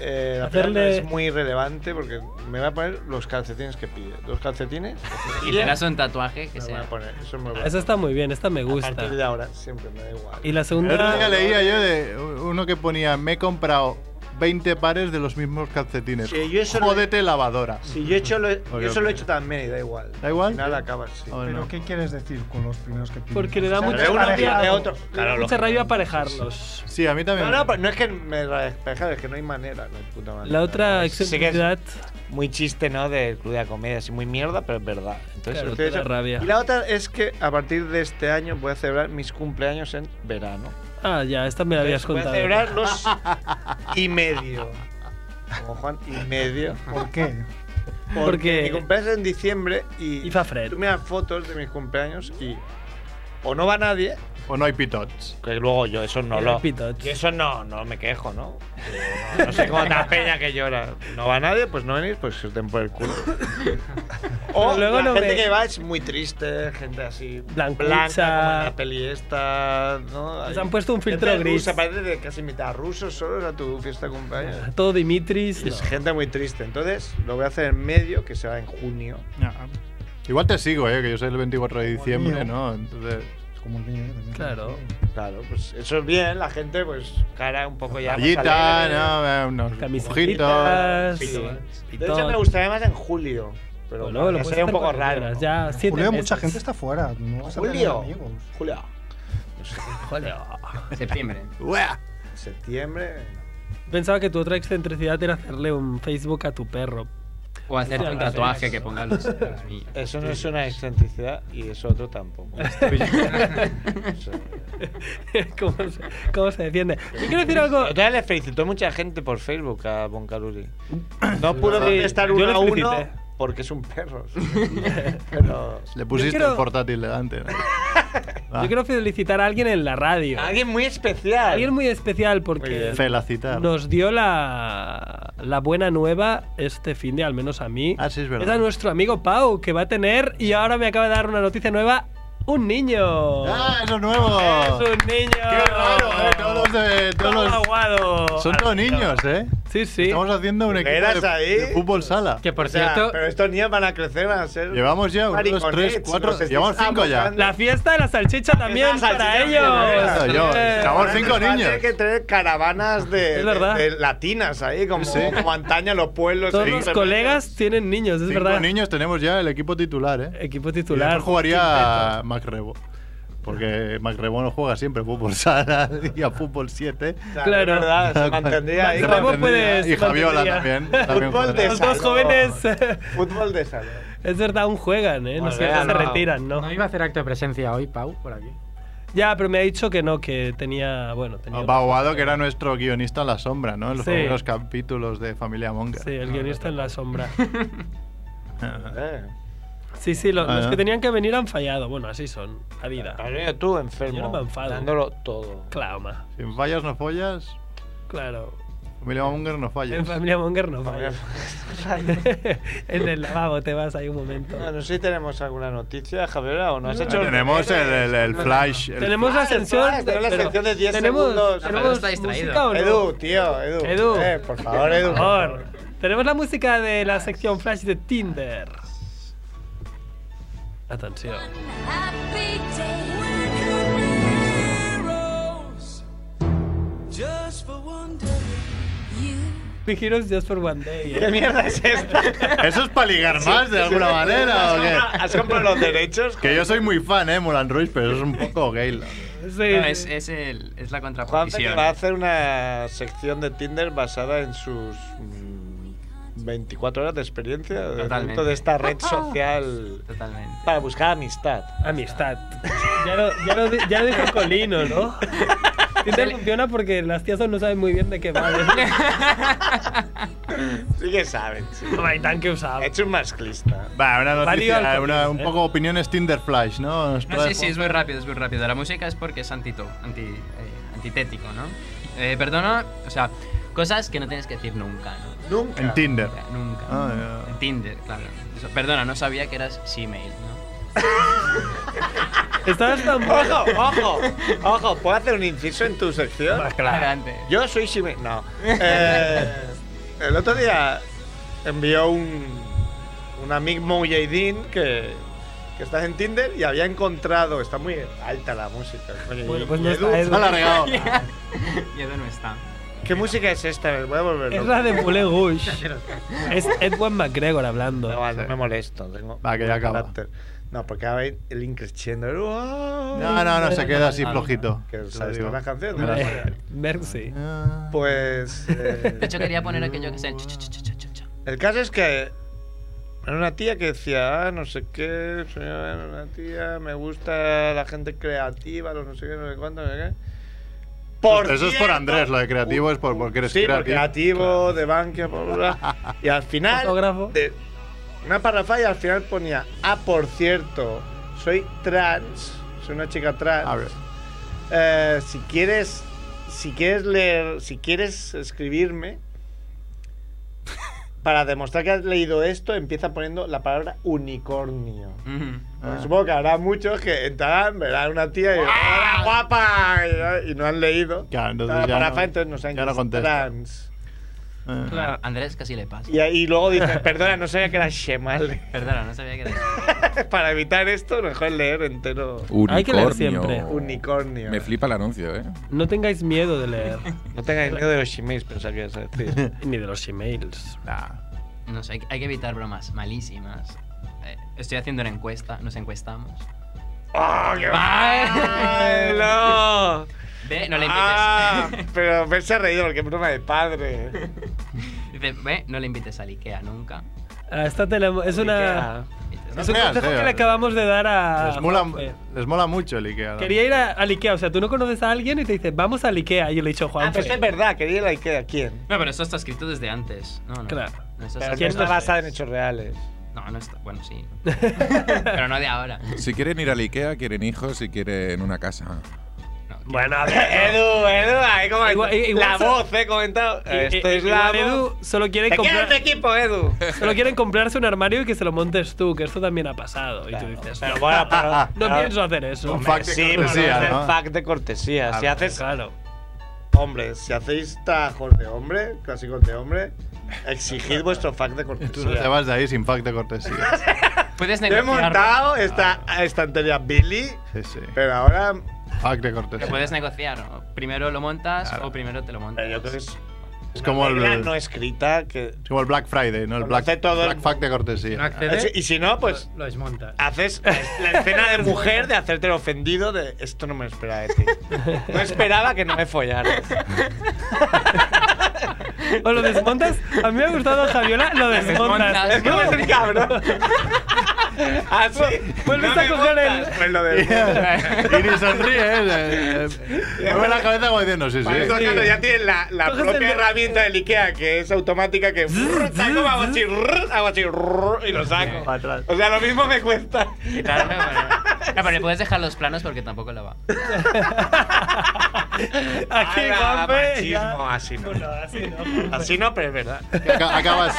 E: Eh, la
C: Hacerle-
E: primera es muy relevante porque me voy a poner los calcetines que pide. Los calcetines.
G: Y te das un tatuaje que
E: Me voy
G: sea.
E: a poner, eso me voy a
C: Esa está muy bien, esta me
E: A
C: gusta.
E: partir de ahora, siempre me da igual.
C: Y la
B: El otro día
C: segunda...
B: leía yo de uno que ponía: Me he comprado 20 pares de los mismos calcetines.
E: Sí, yo eso lo-
B: Jódete lavadora.
E: Si yo, he hecho lo, yo
B: Ok,
E: eso lo he
B: ok.
E: hecho también y da igual.
B: ¿Da igual?
E: Al final acabas, sí.
B: Ah, bueno.
D: ¿Pero qué quieres decir con los primeros que pides?
C: Porque le da
D: O sea,
C: mucha
D: de uno
C: rabia,
D: tiene
E: otro.
C: le da
E: Claro,
C: mucha rabia aparejarlos.
B: Sí, a mí también.
E: No, no, pero no es que me despejar, es que no hay manera, no hay puta manera.
C: La otra
E: Sí que es
C: excentricidad...
E: muy chiste, ¿no? Del club de la comedia, así muy mierda, pero es verdad. Entonces,
C: Claro,
E: estoy
C: te da
E: hecho-
C: rabia.
E: Y la otra es que a partir de este año voy a celebrar mis cumpleaños en verano.
C: Ah, ya, esta me la habías
E: Voy a
C: contado.
E: celebrar los y medio. Como Juan, y medio.
D: ¿Por qué?
E: Porque,
C: Porque-
E: mi cumpleaños es en diciembre y,
C: Y fa fred.
E: tú miras fotos de mis cumpleaños y o no va nadie
B: O no hay pitots.
E: que luego yo eso no
C: Y
E: lo
C: hay pitots.
E: y eso no no me quejo no Yo no, no sé cómo la peña que llora no va nadie pues no venís pues se os den por el culo o
C: Pero luego
E: la
C: no
E: gente
C: ve-
E: que va es muy triste gente así
C: Blancucha.
E: blanca como en la peli esta no
C: Les han puesto un
E: Gente
C: filtro gris.
E: rusa, parece de casi mitad rusos solos a tu fiesta de cumpleaños
C: Todo Dimitris.
E: Y es gente muy triste entonces lo voy a hacer en medio que se va en junio
B: Igual te sigo, eh, que yo soy el 24 de diciembre,
D: mío.
B: ¿no? Entonces,
D: Como el niño, yo también.
C: Claro.
E: Claro, pues eso es bien, la gente pues cara un poco ya... más
B: Playita,
E: alegre.
B: ¿no? Eh, unos
C: Camisetas.
B: ojitos.
E: De hecho me gustaría más en julio, pero
C: ¿eh? Bueno, lo
E: ya
C: puedes
E: sería un
C: hacer
E: poco
C: cuando
E: raro.
C: quieras,
E: ¿no?
C: Ya, siete
D: Julio,
C: meses.
D: mucha gente está fuera. No vas a tener
E: Julio.
D: amigos.
E: Julio.
C: Julio.
G: Septiembre.
B: Uah.
E: Septiembre...
C: Pensaba que tu otra excentricidad era hacerle un Facebook a tu perro.
G: O hacerte un
C: Hostia,
G: tatuaje
C: eso.
G: que ponga los. los míos.
E: Eso no es una excentricidad y eso otro tampoco. Eso-
C: ¿Cómo, se, cómo se defiende? Yo quiero decir algo.
E: Otra vez le felicitó mucha gente por Facebook a Boncaruri. No pudo
C: Sí,
E: contestar
C: yo
E: uno
C: le
E: a uno
C: felicité.
E: porque es un perro. Pero...
B: Le pusiste
C: quiero-
B: el portátil delante. ¿no?
C: Yo quiero felicitar a alguien en la radio.
E: Alguien muy especial.
C: Alguien muy especial
E: Muy
C: porque
E: bien.
B: Felacitar.
C: nos dio la, la buena nueva este fin de, al menos a mí.
B: Ah, sí, es
C: a
B: verdad.
C: nuestro amigo Pau, que va a tener, y ahora me acaba de dar una noticia nueva, un niño.
B: ¡Ah, eso es nuevo!
C: ¡Es un niño!
B: ¡Qué raro, eh! Todos los de. Todos
C: Todo
B: los-
C: aguado.
B: Son todos niños, eh.
C: Sí, sí.
B: Estamos haciendo un equipo
E: ¿Eras
B: de,
E: ahí?
B: de fútbol sala.
G: Que por
E: O sea,
G: cierto,
E: pero estos niños van a crecer, van a ser.
B: Llevamos ya uno, dos,
E: mariconetes,
B: tres, cuatro.
E: los estáis
B: Llevamos cinco ya.
E: abocando.
C: La fiesta de la salchicha también
E: fiesta de la
C: para
E: salchicha,
B: Eso,
C: ellos.
B: yo.
C: Eh,
B: Llevamos cinco
E: Va a tener
B: niños.
E: que tener caravanas de,
C: Es
E: de-
C: verdad.
E: de latinas ahí, como,
B: Sí.
E: como antaño los pueblos.
C: Todos
E: ahí.
C: los colegas tienen niños, es
B: Cinco
C: verdad.
B: niños tenemos ya el equipo titular, eh.
C: Equipo
B: Y después
C: titular.
B: jugaría Mac Rebo. Porque MacRemo no juega siempre a fútbol sala y a fútbol 7.
C: Claro.
E: Es verdad, se mantendría ahí.
C: MacRemo
E: Se
C: puede-
B: Y Javiola
C: mantendría.
B: también. también
E: Fútbol
B: juega.
E: de
C: Los dos jóvenes.
E: Fútbol de salón.
C: Es verdad, aún juegan, ¿eh? No
Q: Pues
C: sé,
Q: vea,
C: se
Q: no.
C: retiran, ¿no?
Q: No iba a hacer acto de presencia hoy, Pau, por aquí.
C: Ya, pero me ha dicho que no, que tenía. Bueno,
E: Ah,
C: tenía.
B: Baguado, que era nuestro guionista en la sombra, ¿no? En los
C: Sí.
B: primeros capítulos de Familia Monga.
C: Sí,
E: Ah,
C: el guionista en la sombra.
E: Eh,
C: Sí, sí, lo-
B: Ah,
C: los
B: ¿no?
C: que tenían que venir han fallado. Bueno, así son. La vida.
E: has venido tú enfermo.
C: Yo no me enfado.
E: Dándolo todo.
C: Clama.
B: Sin fallas no follas,
C: Claro.
B: Familia Monger no
C: En
B: fallas.
C: Familia Monger no falla. en el lavabo te vas ahí un momento.
E: No, no sé si tenemos alguna noticia, Javiola, o no has hecho.
B: Tenemos el, el- el flash. el-
C: Tenemos la ascensión.
E: Ah, tenemos la
C: pero-
E: sección de 10
C: tenemos-
E: segundos.
C: Tenemos música, ¿o no?
E: Edu, tío, Edu.
C: Edu.
E: Eh, por favor, Edu.
C: Por favor. Tenemos la música de la sección Flash de Tinder. Atención.
A: Just for one day.
C: Big Heroes Just for One Day. ¿eh?
E: ¿Qué mierda es esta?
B: Eso es para ligar más de alguna manera, ¿o qué?
E: ¿Has comprado los derechos?
B: Que yo soy muy fan, ¿eh? Molan Ruiz, pero eso es un poco gay. la-
G: No, es, es el- es la
E: Juanfe que
G: contraposición.
E: va a hacer una sección de Tinder basada en sus mm, 24 horas de experiencia de-
G: Totalmente.
E: dentro de esta red social
G: Totalmente.
E: para buscar amistad.
C: Amistad. Ya lo, ya lo, di- ya lo dijo Colino, ¿no? Tinder funciona porque las tías no saben muy bien de qué va. ¿eh?
E: Sí que saben. sí.
C: No hay tan que usar.
B: Ah.
E: He hecho un masclista.
B: Va, una
C: Válido
B: noticia,
C: al
B: una- un
C: comienzo, ¿eh?
B: poco opiniones Tinder Flash, ¿no? Nos
G: No,
B: trae-
G: sí, sí, es muy rápido, es muy rápido. La música es porque es antito, anti, eh, antitético, ¿no? Eh, perdona, o sea, cosas que no tienes que decir nunca, ¿no?
E: Nunca.
B: En Tinder.
G: O sea, nunca.
B: Ah, ya.
G: En Tinder, claro. Eso- perdona, no sabía que eras Gmail, ¿no?
C: Estabas tan bueno.
E: Ojo, ojo, ojo, ¿puedo hacer un inciso en tu sección?
G: Adelante.
E: Yo soy Shime. No. Eh, el otro día envió un, un amigo Mujahideen que, que está en Tinder y había encontrado. Está muy alta la música. Oye,
C: Bueno,
E: y-
C: pues
E: y
C: no
E: Edu-
C: está Edu.
E: ha alargado.
G: Y eso no está.
E: ¿Qué música es esta? Me voy a volver
C: Es
E: loco.
C: la de Bule Gush. Es Edwin McGregor hablando.
E: No, no me molesto. Tengo
B: Va, que ya acaba.
E: carácter. No, porque ahora hay el increciendo.
B: No, no, no, se queda así flojito.
E: Que
B: Lo
E: sabes
B: digo.
E: todas las canciones.
B: Me la sé.
C: Eh, Merci.
E: Pues. eh,
G: De hecho, quería poner aquello que sea. el chu, chu, chu, chu, chu, chu.
E: El caso es que era una tía que decía, ah, no sé qué, soy una tía, me gusta la gente creativa, los no sé qué, no sé cuánto, no sé qué.
B: Pues Eso es por
E: cierto-
B: Andrés, lo de creativo es por, porque eres
E: Sí,
B: creativo.
E: por creativo, de banca, bla, bla, bla. Y al final,
C: Fotógrafo.
E: Ah. de una parrafa y al final ponía, ah, por cierto, soy trans, soy una chica trans.
B: A ver.
E: Eh, si quieres, si quieres leer, si quieres escribirme, para demostrar que has leído esto, empieza poniendo la palabra unicornio.
G: Ujú.
E: Porque Supongo que habrá muchos que entrarán, verán una tía y ¡Hola, guapa! Y, y no han leído. Ah,
B: Claro, entonces
E: la
B: ya
E: parafa,
B: no-
E: entonces nos han
B: ya no
E: dicho
B: contesta.
E: trans.
B: Eh.
G: Claro, Andrés casi le pasa.
E: Y, ahí luego dices, perdona, no sabía que era Shemal.
G: Perdona, no sabía que eras.
E: para evitar esto, mejor leer entero
F: Unicornio.
C: Hay que leer siempre.
E: unicornio.
F: Me flipa el anuncio, ¿eh?
C: No tengáis miedo de leer.
E: No tengáis miedo de los shimeis, pero sabías decir.
C: Ni de los emails.
G: No sé, hay, hay que evitar bromas malísimas. Eh, estoy haciendo una encuesta, nos encuestamos.
E: ¡Oh, qué malo!
G: malo! Ve, no le invites.
E: Ah, pero me se ha reído porque es broma de padre.
G: Dice, ve, no le invites al Ikea nunca.
C: Ah, esta te la- es una.
G: Invites-
B: No
C: es un
B: creas,
C: consejo
B: eh.
C: que le acabamos de dar a.
B: Les mola,
C: Juanfe.
B: les mola mucho el Ikea. ¿no?
C: Quería ir a, al Ikea, o sea, tú no conoces a alguien y te dice, vamos al Ikea. Y yo le he dicho,
E: Ah,
C: Juan,
E: pero es verdad, quería la Ikea. ¿Quién?
G: No, pero eso está escrito desde antes. No, no.
C: Claro.
G: No,
E: Pero
G: eso está escrito-
E: ¿Quién está basada en hechos reales?
G: No, no está. Bueno, sí. pero no de ahora.
F: Si quieren ir al Ikea, quieren hijos y quieren una casa.
G: No, que-
C: bueno, a ver.
G: Eh,
E: Edu, Edu, ahí como
C: Igual- igual
E: la
C: se-
E: voz, eh, comentado. Esto
C: Eh,
E: es
C: eh,
E: la
C: igual Edu
E: voz.
C: solo quiere
E: Te quiero
C: comprar.
E: en tu equipo, Edu.
C: Solo quieren comprarse un armario y que se lo montes tú, que esto también ha pasado. Y tú dices, "Ah,
E: Pero bueno, pero-
C: no
E: pero-
C: pienso hacer eso.
B: Un fact de
E: Sí, pero
B: cortesía,
E: es el
B: ¿no?
E: fact de cortesía. si haces
C: Claro.
E: Hombre, si hacéis tajos de hombre, clásicos de hombre, exigid vuestro fact de
B: Tú no te
E: cortesía.
B: vas de ahí sin fact de cortesía.
G: Puedes
E: Yo he
G: negociarlo.
E: montado esta
B: Ah.
E: estantería Billy,
B: Sí, sí.
E: pero ahora
B: Fact de
G: Pero
B: cortesía.
G: puedes negociar. o Primero lo montas o primero te lo montas.
E: eh, yo creo que es
B: Es como el,
E: regla no escrita que
B: es como el Black Friday, ¿no? El Black,
E: Conoce todo el
B: Black Fact de cortesía.
E: y si no pues
Q: lo, desmonta.
E: Haces la escena de mujer de hacerte el ofendido de esto no me lo esperaba de ti. No esperaba que no me follaras.
C: O lo desmontas. A mí me ha gustado, Javiola, lo desmontas.
E: No es el cabrón. Así.
C: Vuelves a coger el.
E: Pues lo de.
B: Y ni sonríe, ¿eh? Mueve la cabeza como diciendo, sí, sí.
E: Por Pues eso, claro, ya tienes la, la
B: Coges
E: propia
B: el-
E: herramienta del IKEA, que es automática, que saco, hago así, hago así, y lo saco. O sea, lo mismo me cuesta.
G: Claro, no, pero, no, pero le puedes dejar los planos porque tampoco la va.
C: Aquí,
E: Ala,
C: Juanfe, ya.
E: machismo, así no.
C: Bueno, así no.
E: Así no, pero es verdad.
B: Aca- acabas.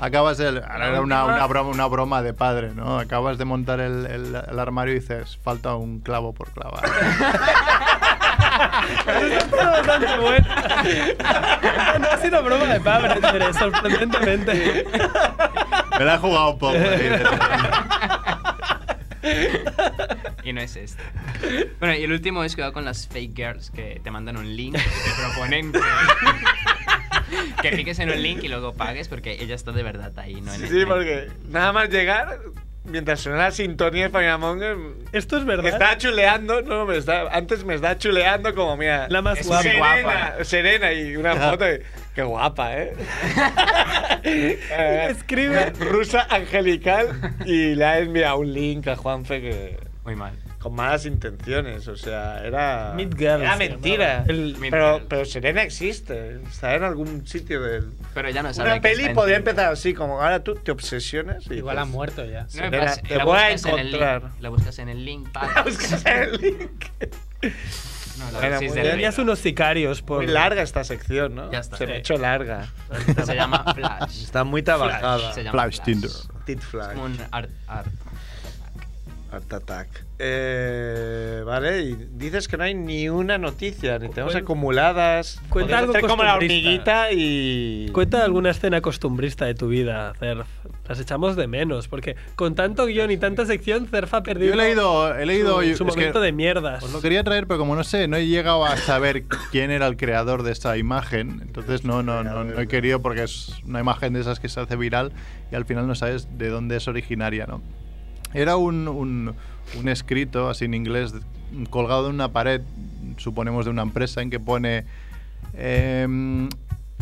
B: Acabas el. Ahora era una, una broma, una broma de padre, ¿no? Acabas de montar el, el- el armario y dices, falta un clavo por clavar.
C: Está bastante bueno. No ha sido broma de padre, Tere, sorprendentemente.
B: Me la he jugado un poco.
G: Y no es este. Bueno, y el último es cuidado con las fake girls que te mandan un link y te proponen que- que piques en un link y luego pagues porque ella está de verdad ahí, ¿no? En
E: Sí,
G: el
E: sí,
G: link.
E: porque nada más llegar, mientras suena la sintonía de Family Monger.
C: Esto es verdad.
E: Me está chuleando, no, me está, antes me está chuleando como, mira.
C: La más
E: es
C: guapa.
E: Serena,
C: guapa.
E: Serena y una foto. y- Qué guapa, ¿eh?
C: Escribe.
E: Rusa angelical y le ha enviado un link a Juanfe que.
G: Muy mal.
E: Con malas intenciones, o sea, era.
C: Meet Girl
E: Era
C: se
E: mentira.
C: llamaba. El- Meet
E: pero, pero Serena existe, está en algún sitio del.
G: Pero ya no sabe
E: Una
G: que
E: peli
G: está en
E: podría
G: Tinder.
E: empezar así, como ahora tú te obsesionas. y
Q: Igual
E: dices,
Q: ha muerto ya.
G: No me
E: Serena,
G: pasa-
E: te
G: la
E: voy a
G: buscas en el link,
E: encontrar.
G: La buscas en el link.
E: "Ah,
G: pagas. No, la
E: Era
G: decís
E: muy
G: del
E: bien.
G: link.
C: Tenías unos sicarios por.
E: Muy larga esta sección, ¿no?
G: Ya está.
E: Se me
G: Sí.
E: ha hecho larga.
G: Se llama Flash.
E: Está muy trabajada.
G: Se llama
B: Flash Tinder.
E: Tit
G: Es
E: Flash.
G: como un art, art.
E: Art Attack. Eh, vale, y dices que no hay ni una noticia, ni tenemos
C: Cuen-
E: acumuladas.
C: Cuenta
E: Podemos
C: algo
E: hacer como la
C: costumbrista.
E: hormiguita y.
C: Cuenta alguna escena costumbrista de tu vida, Cerf. Las echamos de menos, porque con tanto guión y tanta sección, Cerf ha perdido.
B: Yo he leído- he leído-
C: su,
B: yo-
C: su
B: es que-
C: momento de mierdas.
B: Os Pues lo quería traer, pero como no sé, no he llegado a saber quién era el creador de esa imagen, entonces no, no, no, no he querido porque es una imagen de esas que se hace viral y al final no sabes de dónde es originaria, ¿no? Era un, un- un escrito, así en inglés, colgado en una pared, suponemos de una empresa, en que pone... em,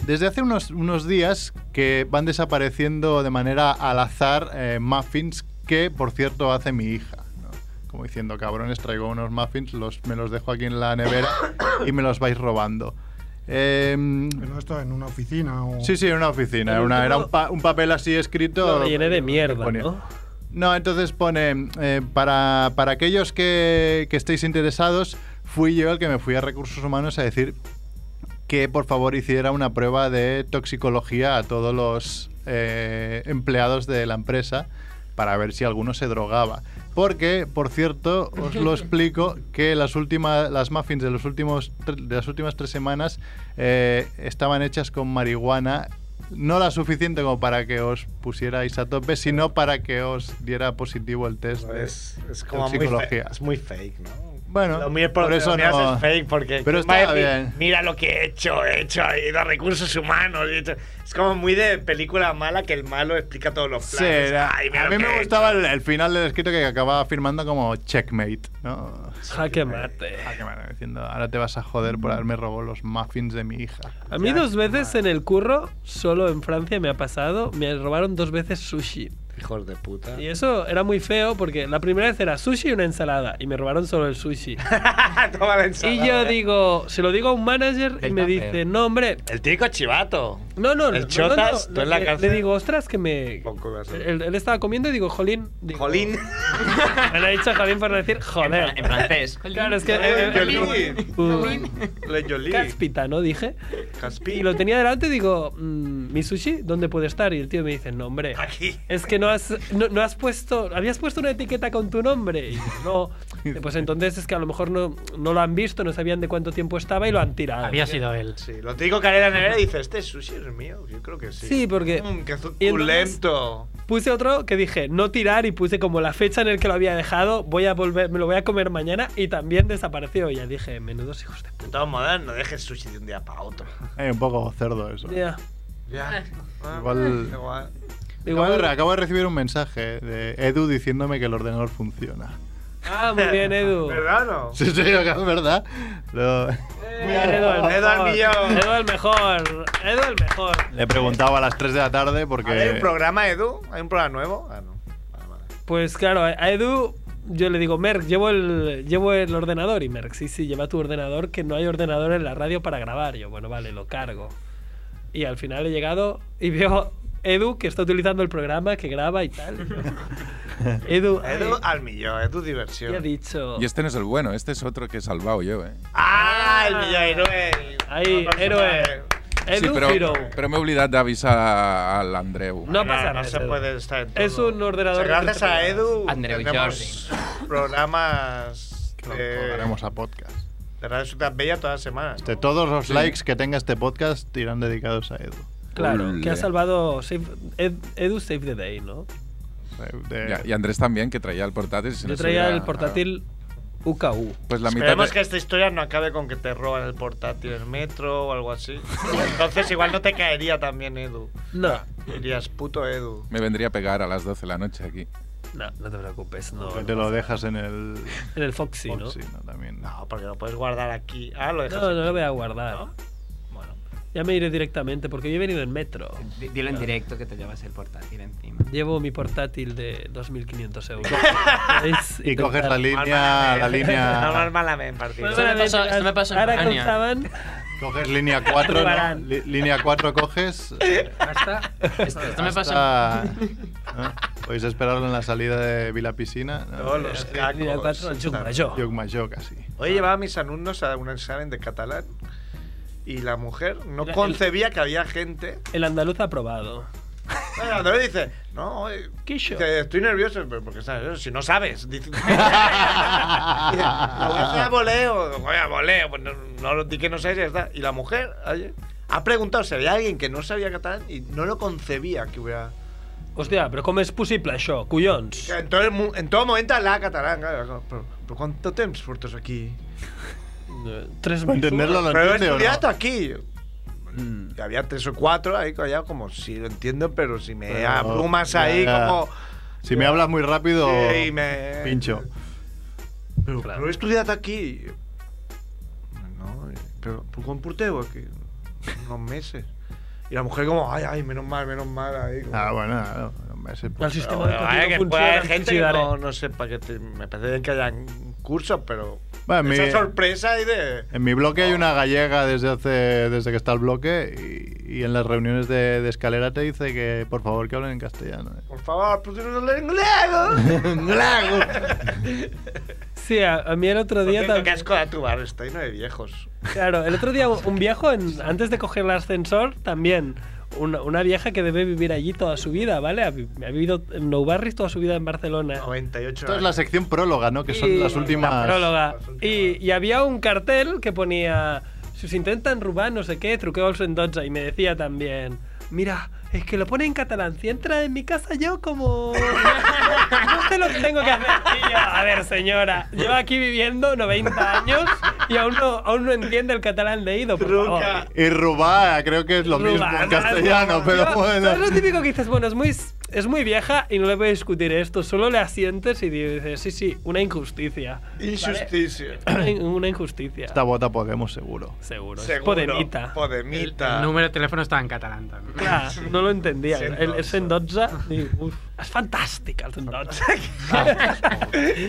B: desde hace unos, unos días que van desapareciendo de manera al azar eh, muffins que, por cierto, hace mi hija como diciendo, cabrones, traigo unos muffins, los, me los dejo aquí en la nevera y me los vais robando. Em,
D: Pero esto en una oficina o.
B: sí, sí, era una oficina, era, una- era un, pa- un papel así escrito.
C: Lo llené de mierda,
B: ponía.
C: ¿no?
B: No, entonces pone, eh, para, para aquellos que, que estéis interesados, fui yo el que me fui a recursos humanos a decir que por favor hiciera una prueba de toxicología a todos los eh, empleados de la empresa para ver si alguno se drogaba. Porque, por cierto, os lo explico, que las, últimas, las muffins de, los últimos, tre- de las últimas tres semanas eh, estaban hechas con marihuana, no la suficiente como para que os pusierais a tope, sino para que os diera positivo el test de
E: Es, es como muy,
B: toxicología.
E: fa- es muy fake, ¿no?
B: Bueno,
E: Lo mío es
B: por
E: lo
B: eso
E: mío
B: no-
E: es fake porque
B: pero
E: ¿quién va a
B: estaba
E: decir,
B: bien.
E: mira lo que he hecho, he hecho he ido a recursos humanos. he hecho-". Es como muy de película mala que el malo explica todos los
B: Sí,
E: planes.
B: era-
E: Ay, mira
B: a
E: lo
B: mí
E: que
B: me
E: he
B: gustaba el, el final del escrito que acababa firmando como checkmate, ¿no?
C: Jaque mate.
B: Jaque mate, Ah, diciendo, ahora te vas a joder por haberme robado los muffins de mi hija.
C: A mí dos veces en el curro, solo en Francia me ha pasado, me robaron dos veces sushi.
E: hecho". Hijos de puta.
C: Y eso era muy feo porque la primera vez era sushi y una ensalada y me robaron solo el sushi.
E: Toma Ah, la
C: y
E: ensalada.
C: yo
B: ¿eh?
C: digo, se lo digo a un manager y
E: Del
C: me
E: tupper.
C: dice, no hombre,
E: El tico chivato.
C: no, no, no,
E: El
C: no,
E: chotas,
C: no, no,
E: tú en la
C: le-
E: cárcel.
C: Le digo, ostras, que me...
E: Poco va a ser.
C: Él, él estaba comiendo y digo, jolín. digo-
E: Eh, Jolín.
C: Me lo ha dicho Jolín por decir, joder.
G: En francés.
C: Claro, es que...
E: Le
C: eh,
E: Jolie.
C: uh,
E: Le Jolie.
C: cáspita, ¿no? Dije.
E: Caspi.
C: Y lo tenía delante y digo, mm, ¿mi sushi dónde puede estar? Y el tío me dice, no, hombre.
E: Aquí.
C: Es que no has, no, no has puesto. Habías puesto una etiqueta con tu nombre. Y yo, no. Pues entonces es que a lo mejor no, no lo han visto, no sabían de cuánto tiempo estaba y lo han tirado.
R: Había sido él.
E: Sí, lo típico que haré en la nevera y dice, este sushi es mío. Yo creo que sí.
C: Sí, porque-
E: Mm, qué
C: y entonces-
E: suculento.
C: Puse otro que dije no tirar y puse como la fecha en el que lo había dejado, voy a volver, me lo voy a comer mañana y también desapareció. Y ya dije, menudos hijos de
E: De todas modas, no dejes sushi de un día para otro.
B: Eh, un poco cerdo eso.
C: Ya.
E: Ya.
B: Igual-
E: Igual.
B: Igual
C: "Ah,
B: acabo, de recibir un mensaje de Edu diciéndome que el ordenador funciona.
C: Ah, muy bien, Edu.
E: ¿Verdad no?
B: Sí, sí, acá es verdad. Lo-
C: Muy bien, Eh, Edu, el
E: Edu al
C: mejor.
E: millón.
C: Edu el mejor. Edu el mejor.
B: Le he preguntado a las 3 de la tarde porque...
E: ¿Hay un programa, Edu? ¿Hay un programa nuevo? Ah, no.
C: Pues claro, a Edu yo le digo, Merck, llevo el, llevo el ordenador. Y Merck, sí, sí, lleva tu ordenador, que no hay ordenador en la radio para grabar. Yo, bueno, vale, lo cargo. Y al final he llegado y veo Edu que está utilizando el programa, que graba y tal. Edu,
E: Edu
C: ay,
E: al millón,
C: ¿qué
E: Edu
C: ha
E: diversión.
C: dicho?
F: Y este no es el bueno, este es otro que he salvado yo, ¿eh?
E: ¡Ah, el millón héroe!
C: Ahí,
E: No, no,
C: héroe.
F: Sí,
C: Edu
F: pero,
C: Hero.
F: pero me he olvidado de avisar a- al Andreu.
C: No pasa nada.
E: No se
C: Edu.
E: puede estar en todo.
C: Es un
E: O sea,
C: ordenador.
E: gracias a Edu
G: Andreu y
E: tenemos programas de,
B: Haremos a podcast.
E: de Radio Ciudad Bella todas las semanas.
B: De Este, todos los
E: Sí.
B: likes que tenga este podcast irán dedicados a Edu.
C: Claro, que ha salvado Save- Ed- Edu Save the Day, ¿no?
F: Ya, Y Andrés también, que traía el portátil. se
C: Yo
F: nos
C: traía
F: hubiera-
C: el portátil UKU.
F: Pues la mitad.
E: Esperemos
F: de-
E: que esta historia no acabe con que te roban el portátil en el metro o algo así. Entonces igual no te caería también Edu.
C: No.
E: Dirías puto Edu.
F: Me vendría a pegar a las 12 de la noche aquí.
C: No, no te preocupes. No,
B: Que te lo dejas en el...
C: En el Foxy, ¿no?
B: Foxy, ¿no? También.
E: No, porque lo puedes guardar aquí. Ah, lo dejas.
C: No, no lo voy a guardar. Ya me iré directamente porque yo he venido en metro.
G: Di- Dilo en directo que te llevas el portátil encima.
C: Llevo mi portátil de 2.500 euros.
B: Y coges la línea... La línea...
E: malamente partido.
C: Pues
G: Esto me pasó- esto me pasó en
C: Ahora
G: Ucrania.
C: contaban...
B: Coges línea 4, ¿no?
C: Barán.
B: Li- línea 4 coges...
C: Hasta...
G: Esto me pasó
B: Hasta- ¿no? Podéis esperarlo en la salida de Vila Piscina. ¿no?
E: Todos los cacos.
C: Línea 4 al Yucmayó.
B: Yogmayó, casi.
E: Hoy llevaba a mis alumnos a un examen de catalán y la mujer no
C: Mira, el-
E: concebía que había gente.
C: El andaluz aprobado.
E: Bueno, Andrés dice, no, eh,
C: ¿Qué yo?
E: dice, estoy nervioso, pero porque estás nervioso, si no sabes. Dice, "Dice, "Lo voy a hacer a voleo, lo voy a voleo, pues no, no lo di que no sé si está. Y la mujer oye, ha preguntado si había alguien que no sabía catalán y no lo concebía que hubiera.
C: Hostia, pero com és possible això, collons?
E: Que En todo, el mu- en todo momento hablaba catalán, claro. Pero, pero ¿cuánto tiempo portas aquí?
C: Tres
B: Para entenderlo lo
E: Pero he
B: entiende o no. Mm.
E: estudiado aquí. Y había tres o cuatro ahí, ya como, sí, lo entiendo, pero si me
B: Pero,
E: abrumas ahí,
B: ya.
E: como.
B: Si me hablas muy rápido,
E: Sí, me-
B: pincho.
E: Pero, pero he estudiado aquí. No, eh, pero ¿por cuánto porteo aquí? Unos meses. Y la mujer como, ay, ay, menos mal, menos mal. Ahí, como-
B: Ah, bueno, no, no me sé.
C: El
E: Pero,
C: sistema
E: bueno, vaya
C: educatiu
E: que
C: Este no
E: puede
C: funciona,
E: haber
C: em
E: gente que
C: suicidaré.
E: no, no sepa que te- me parece bien que hayan cursos, pero
B: Bueno, mi-
E: esa sorpresa y de...
B: En mi bloque hay una gallega desde hace desde que está el bloque y, y en las reuniones de, de escalera te dice que por favor que hablen en castellano. ¿eh?
E: Por favor, pues no le inglés.
C: Sí, a, a mí el otro día
E: Qué
C: también...
E: casco de tu bar, estoy no de viejos.
C: Claro, el otro día un viejo, en- antes de coger el ascensor, también. Una, una vieja que debe vivir allí toda su vida, ¿vale? Ha, vi- ha vivido en Nou Barris toda su vida en Barcelona.
E: 98
B: Esta es la sección próloga, ¿no? Que
C: Y-
B: son las últimas.
C: la próloga. Y, y había un cartel que ponía, si os intentan robar no sé qué, truqueos en Dodge. Y me decía también, mira, es que lo pone en catalán. Si entra en mi casa yo como... no sé lo que tengo que hacer. Y yo, a ver, señora, llevo aquí viviendo 90 años y aún no, aún no entiende el catalán leído, por favor.
B: Y rubá, creo que es lo mismo en
C: Rubanas,
B: castellano,
C: ¿no?
B: pero
C: Yo- Es lo
B: bueno.
C: típico que dices, bueno, es muy, es muy vieja y no le voy a discutir esto. Solo le asientes y dices, sí, sí, una injusticia.
E: Injusticia.
C: Una in- una injusticia.
B: Esta vota Podemos seguro.
C: Seguro. es
E: Seguro.
C: Podemita.
E: Podemita.
R: El número de teléfono estaba en catalán también.
C: Clar, no lo entendía.
E: Cent
C: El, el
E: dotze.
C: 112, dic, uf, és fantàstic el 112.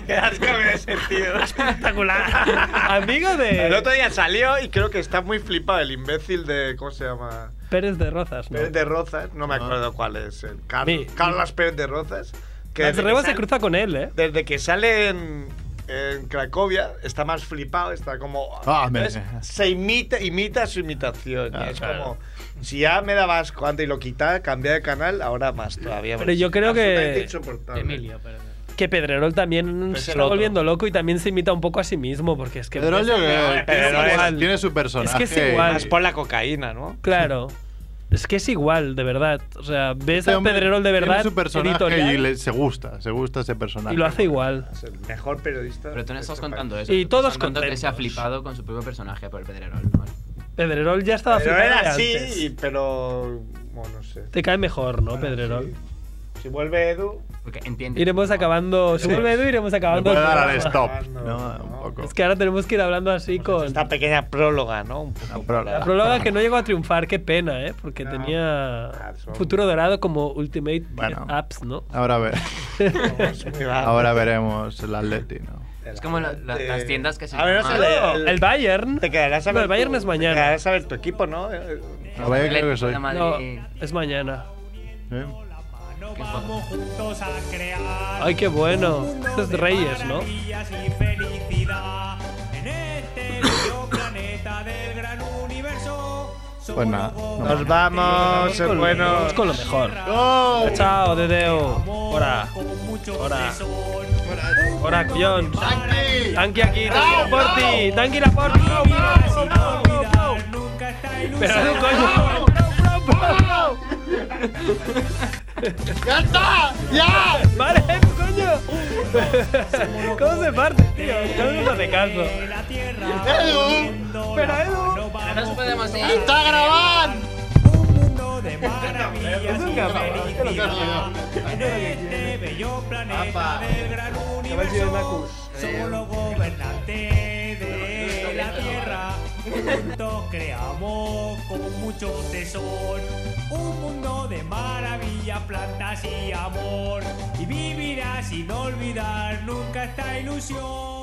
E: Qué asco me he sentido.
C: Espectacular. Amigo
E: El otro
C: de
E: día salió y creo que está muy flipado el imbécil de. ¿Cómo se llama?
C: Pérez de Rozas, no?
E: Pérez de Rozas. No me acuerdo cuál es. el Car-
C: Mi-
E: Carlos Pérez de Rozas. Que
C: Las
E: desde que
C: Rebas se
E: sale-
C: cruza con él, ¿eh?
E: Desde que sale en, en Cracovia, está más flipado, está como.
B: Ah, me-
E: Entonces, se imita, imita su imitación.
B: Ah,
E: es
B: claro.
E: como. Si ya me daba asco antes y lo quitaba, cambié de canal, ahora más todavía.
C: Pero yo creo que-
E: Absolutamente insoportable.
R: Emilio, pero...
C: Que Pedrerol también
B: Es
C: se
B: el
C: está
B: otro.
C: volviendo loco y también se imita un poco a sí mismo, porque es que...
B: Pedrerol yo creo que
C: Pero es
B: tiene-
C: igual.
B: tiene su personaje.
C: Es que es igual.
B: Más
E: por la cocaína, ¿no?
C: Claro. Es que es igual, de verdad. O sea, ves a Pedrerol de verdad,
B: Este Tiene su personaje
C: editorial,
B: y le- se gusta, se gusta ese personaje.
C: y lo hace igual.
E: Es el mejor periodista. este
G: Pero tú no estás contando eso.
C: Y
G: tú estás
C: todos
G: contando que se ha flipado con su propio personaje por el Pedrerol.
C: Pedrerol ya estaba
E: Pero
C: flipado
E: era
C: de
E: así,
C: antes.
E: y- pero. Bueno, no sé.
C: Te cae mejor, ¿no, Pedrerol?
E: Si vuelve Edu.
G: Porque entiende.
C: Iremos acabando. Si
E: Sí.
C: vuelve Edu, iremos acabando.
E: Le
C: el
E: puede dar
C: programa.
E: al stop, Ah, Pues ¿no?
B: Un poco.
C: Es que ahora tenemos que ir hablando así con.
E: Esta pequeña próloga, ¿no? Un poco para-
C: La próloga que no llegó a triunfar, qué pena, ¿eh? Porque
E: Ah,
C: tenía futuro dorado como Ultimate Apps, ¿no?
B: Ahora, ve-
C: muy bajo.
B: Ahora veremos el Atleti, ¿no?
G: Es como la- la- las tiendas que se
E: Eh, A ver, no
G: llaman-
E: sé,
G: Ah,
E: el-
C: El Bayern.
E: Te quedarás a
C: No,
E: ver.
C: el Bayern
E: tu-
C: es mañana.
E: Te quedarás a ver tu equipo, ¿no? Eh,
B: El Bayern creo que soy. ¿eh?
C: No, es mañana.
S: Vamos juntos a crear.
C: Ay, qué bueno. Esto es de Reyes, ¿no?
S: maravillas y felicidad en este bello planeta del gran universo.
B: Pues nada.
E: Nos vamos, es bueno.
C: Vamos con lo mejor. Chao, Dedeo. Hora. Hora. Hora, John. Tanqui aquí, Tanqui por ti. Tanqui la por ti. Pero no, coño.
H: ¡Ya está! ¡Ya!
C: ¡Vale, coño! ¿Cómo se parte, tío? No nos hace caso.
H: ¡Edu!
C: ¡Pero Edu!
H: ¡No
G: nos podemos ir!
H: ¡Está grabando!
S: Es un En este bello planeta del gran universo. Solo gobernante de la tierra. Juntos creamos con mucho tesón. Un mundo de maravilla, plantas y amor. Y vivirás sin olvidar nunca esta ilusión.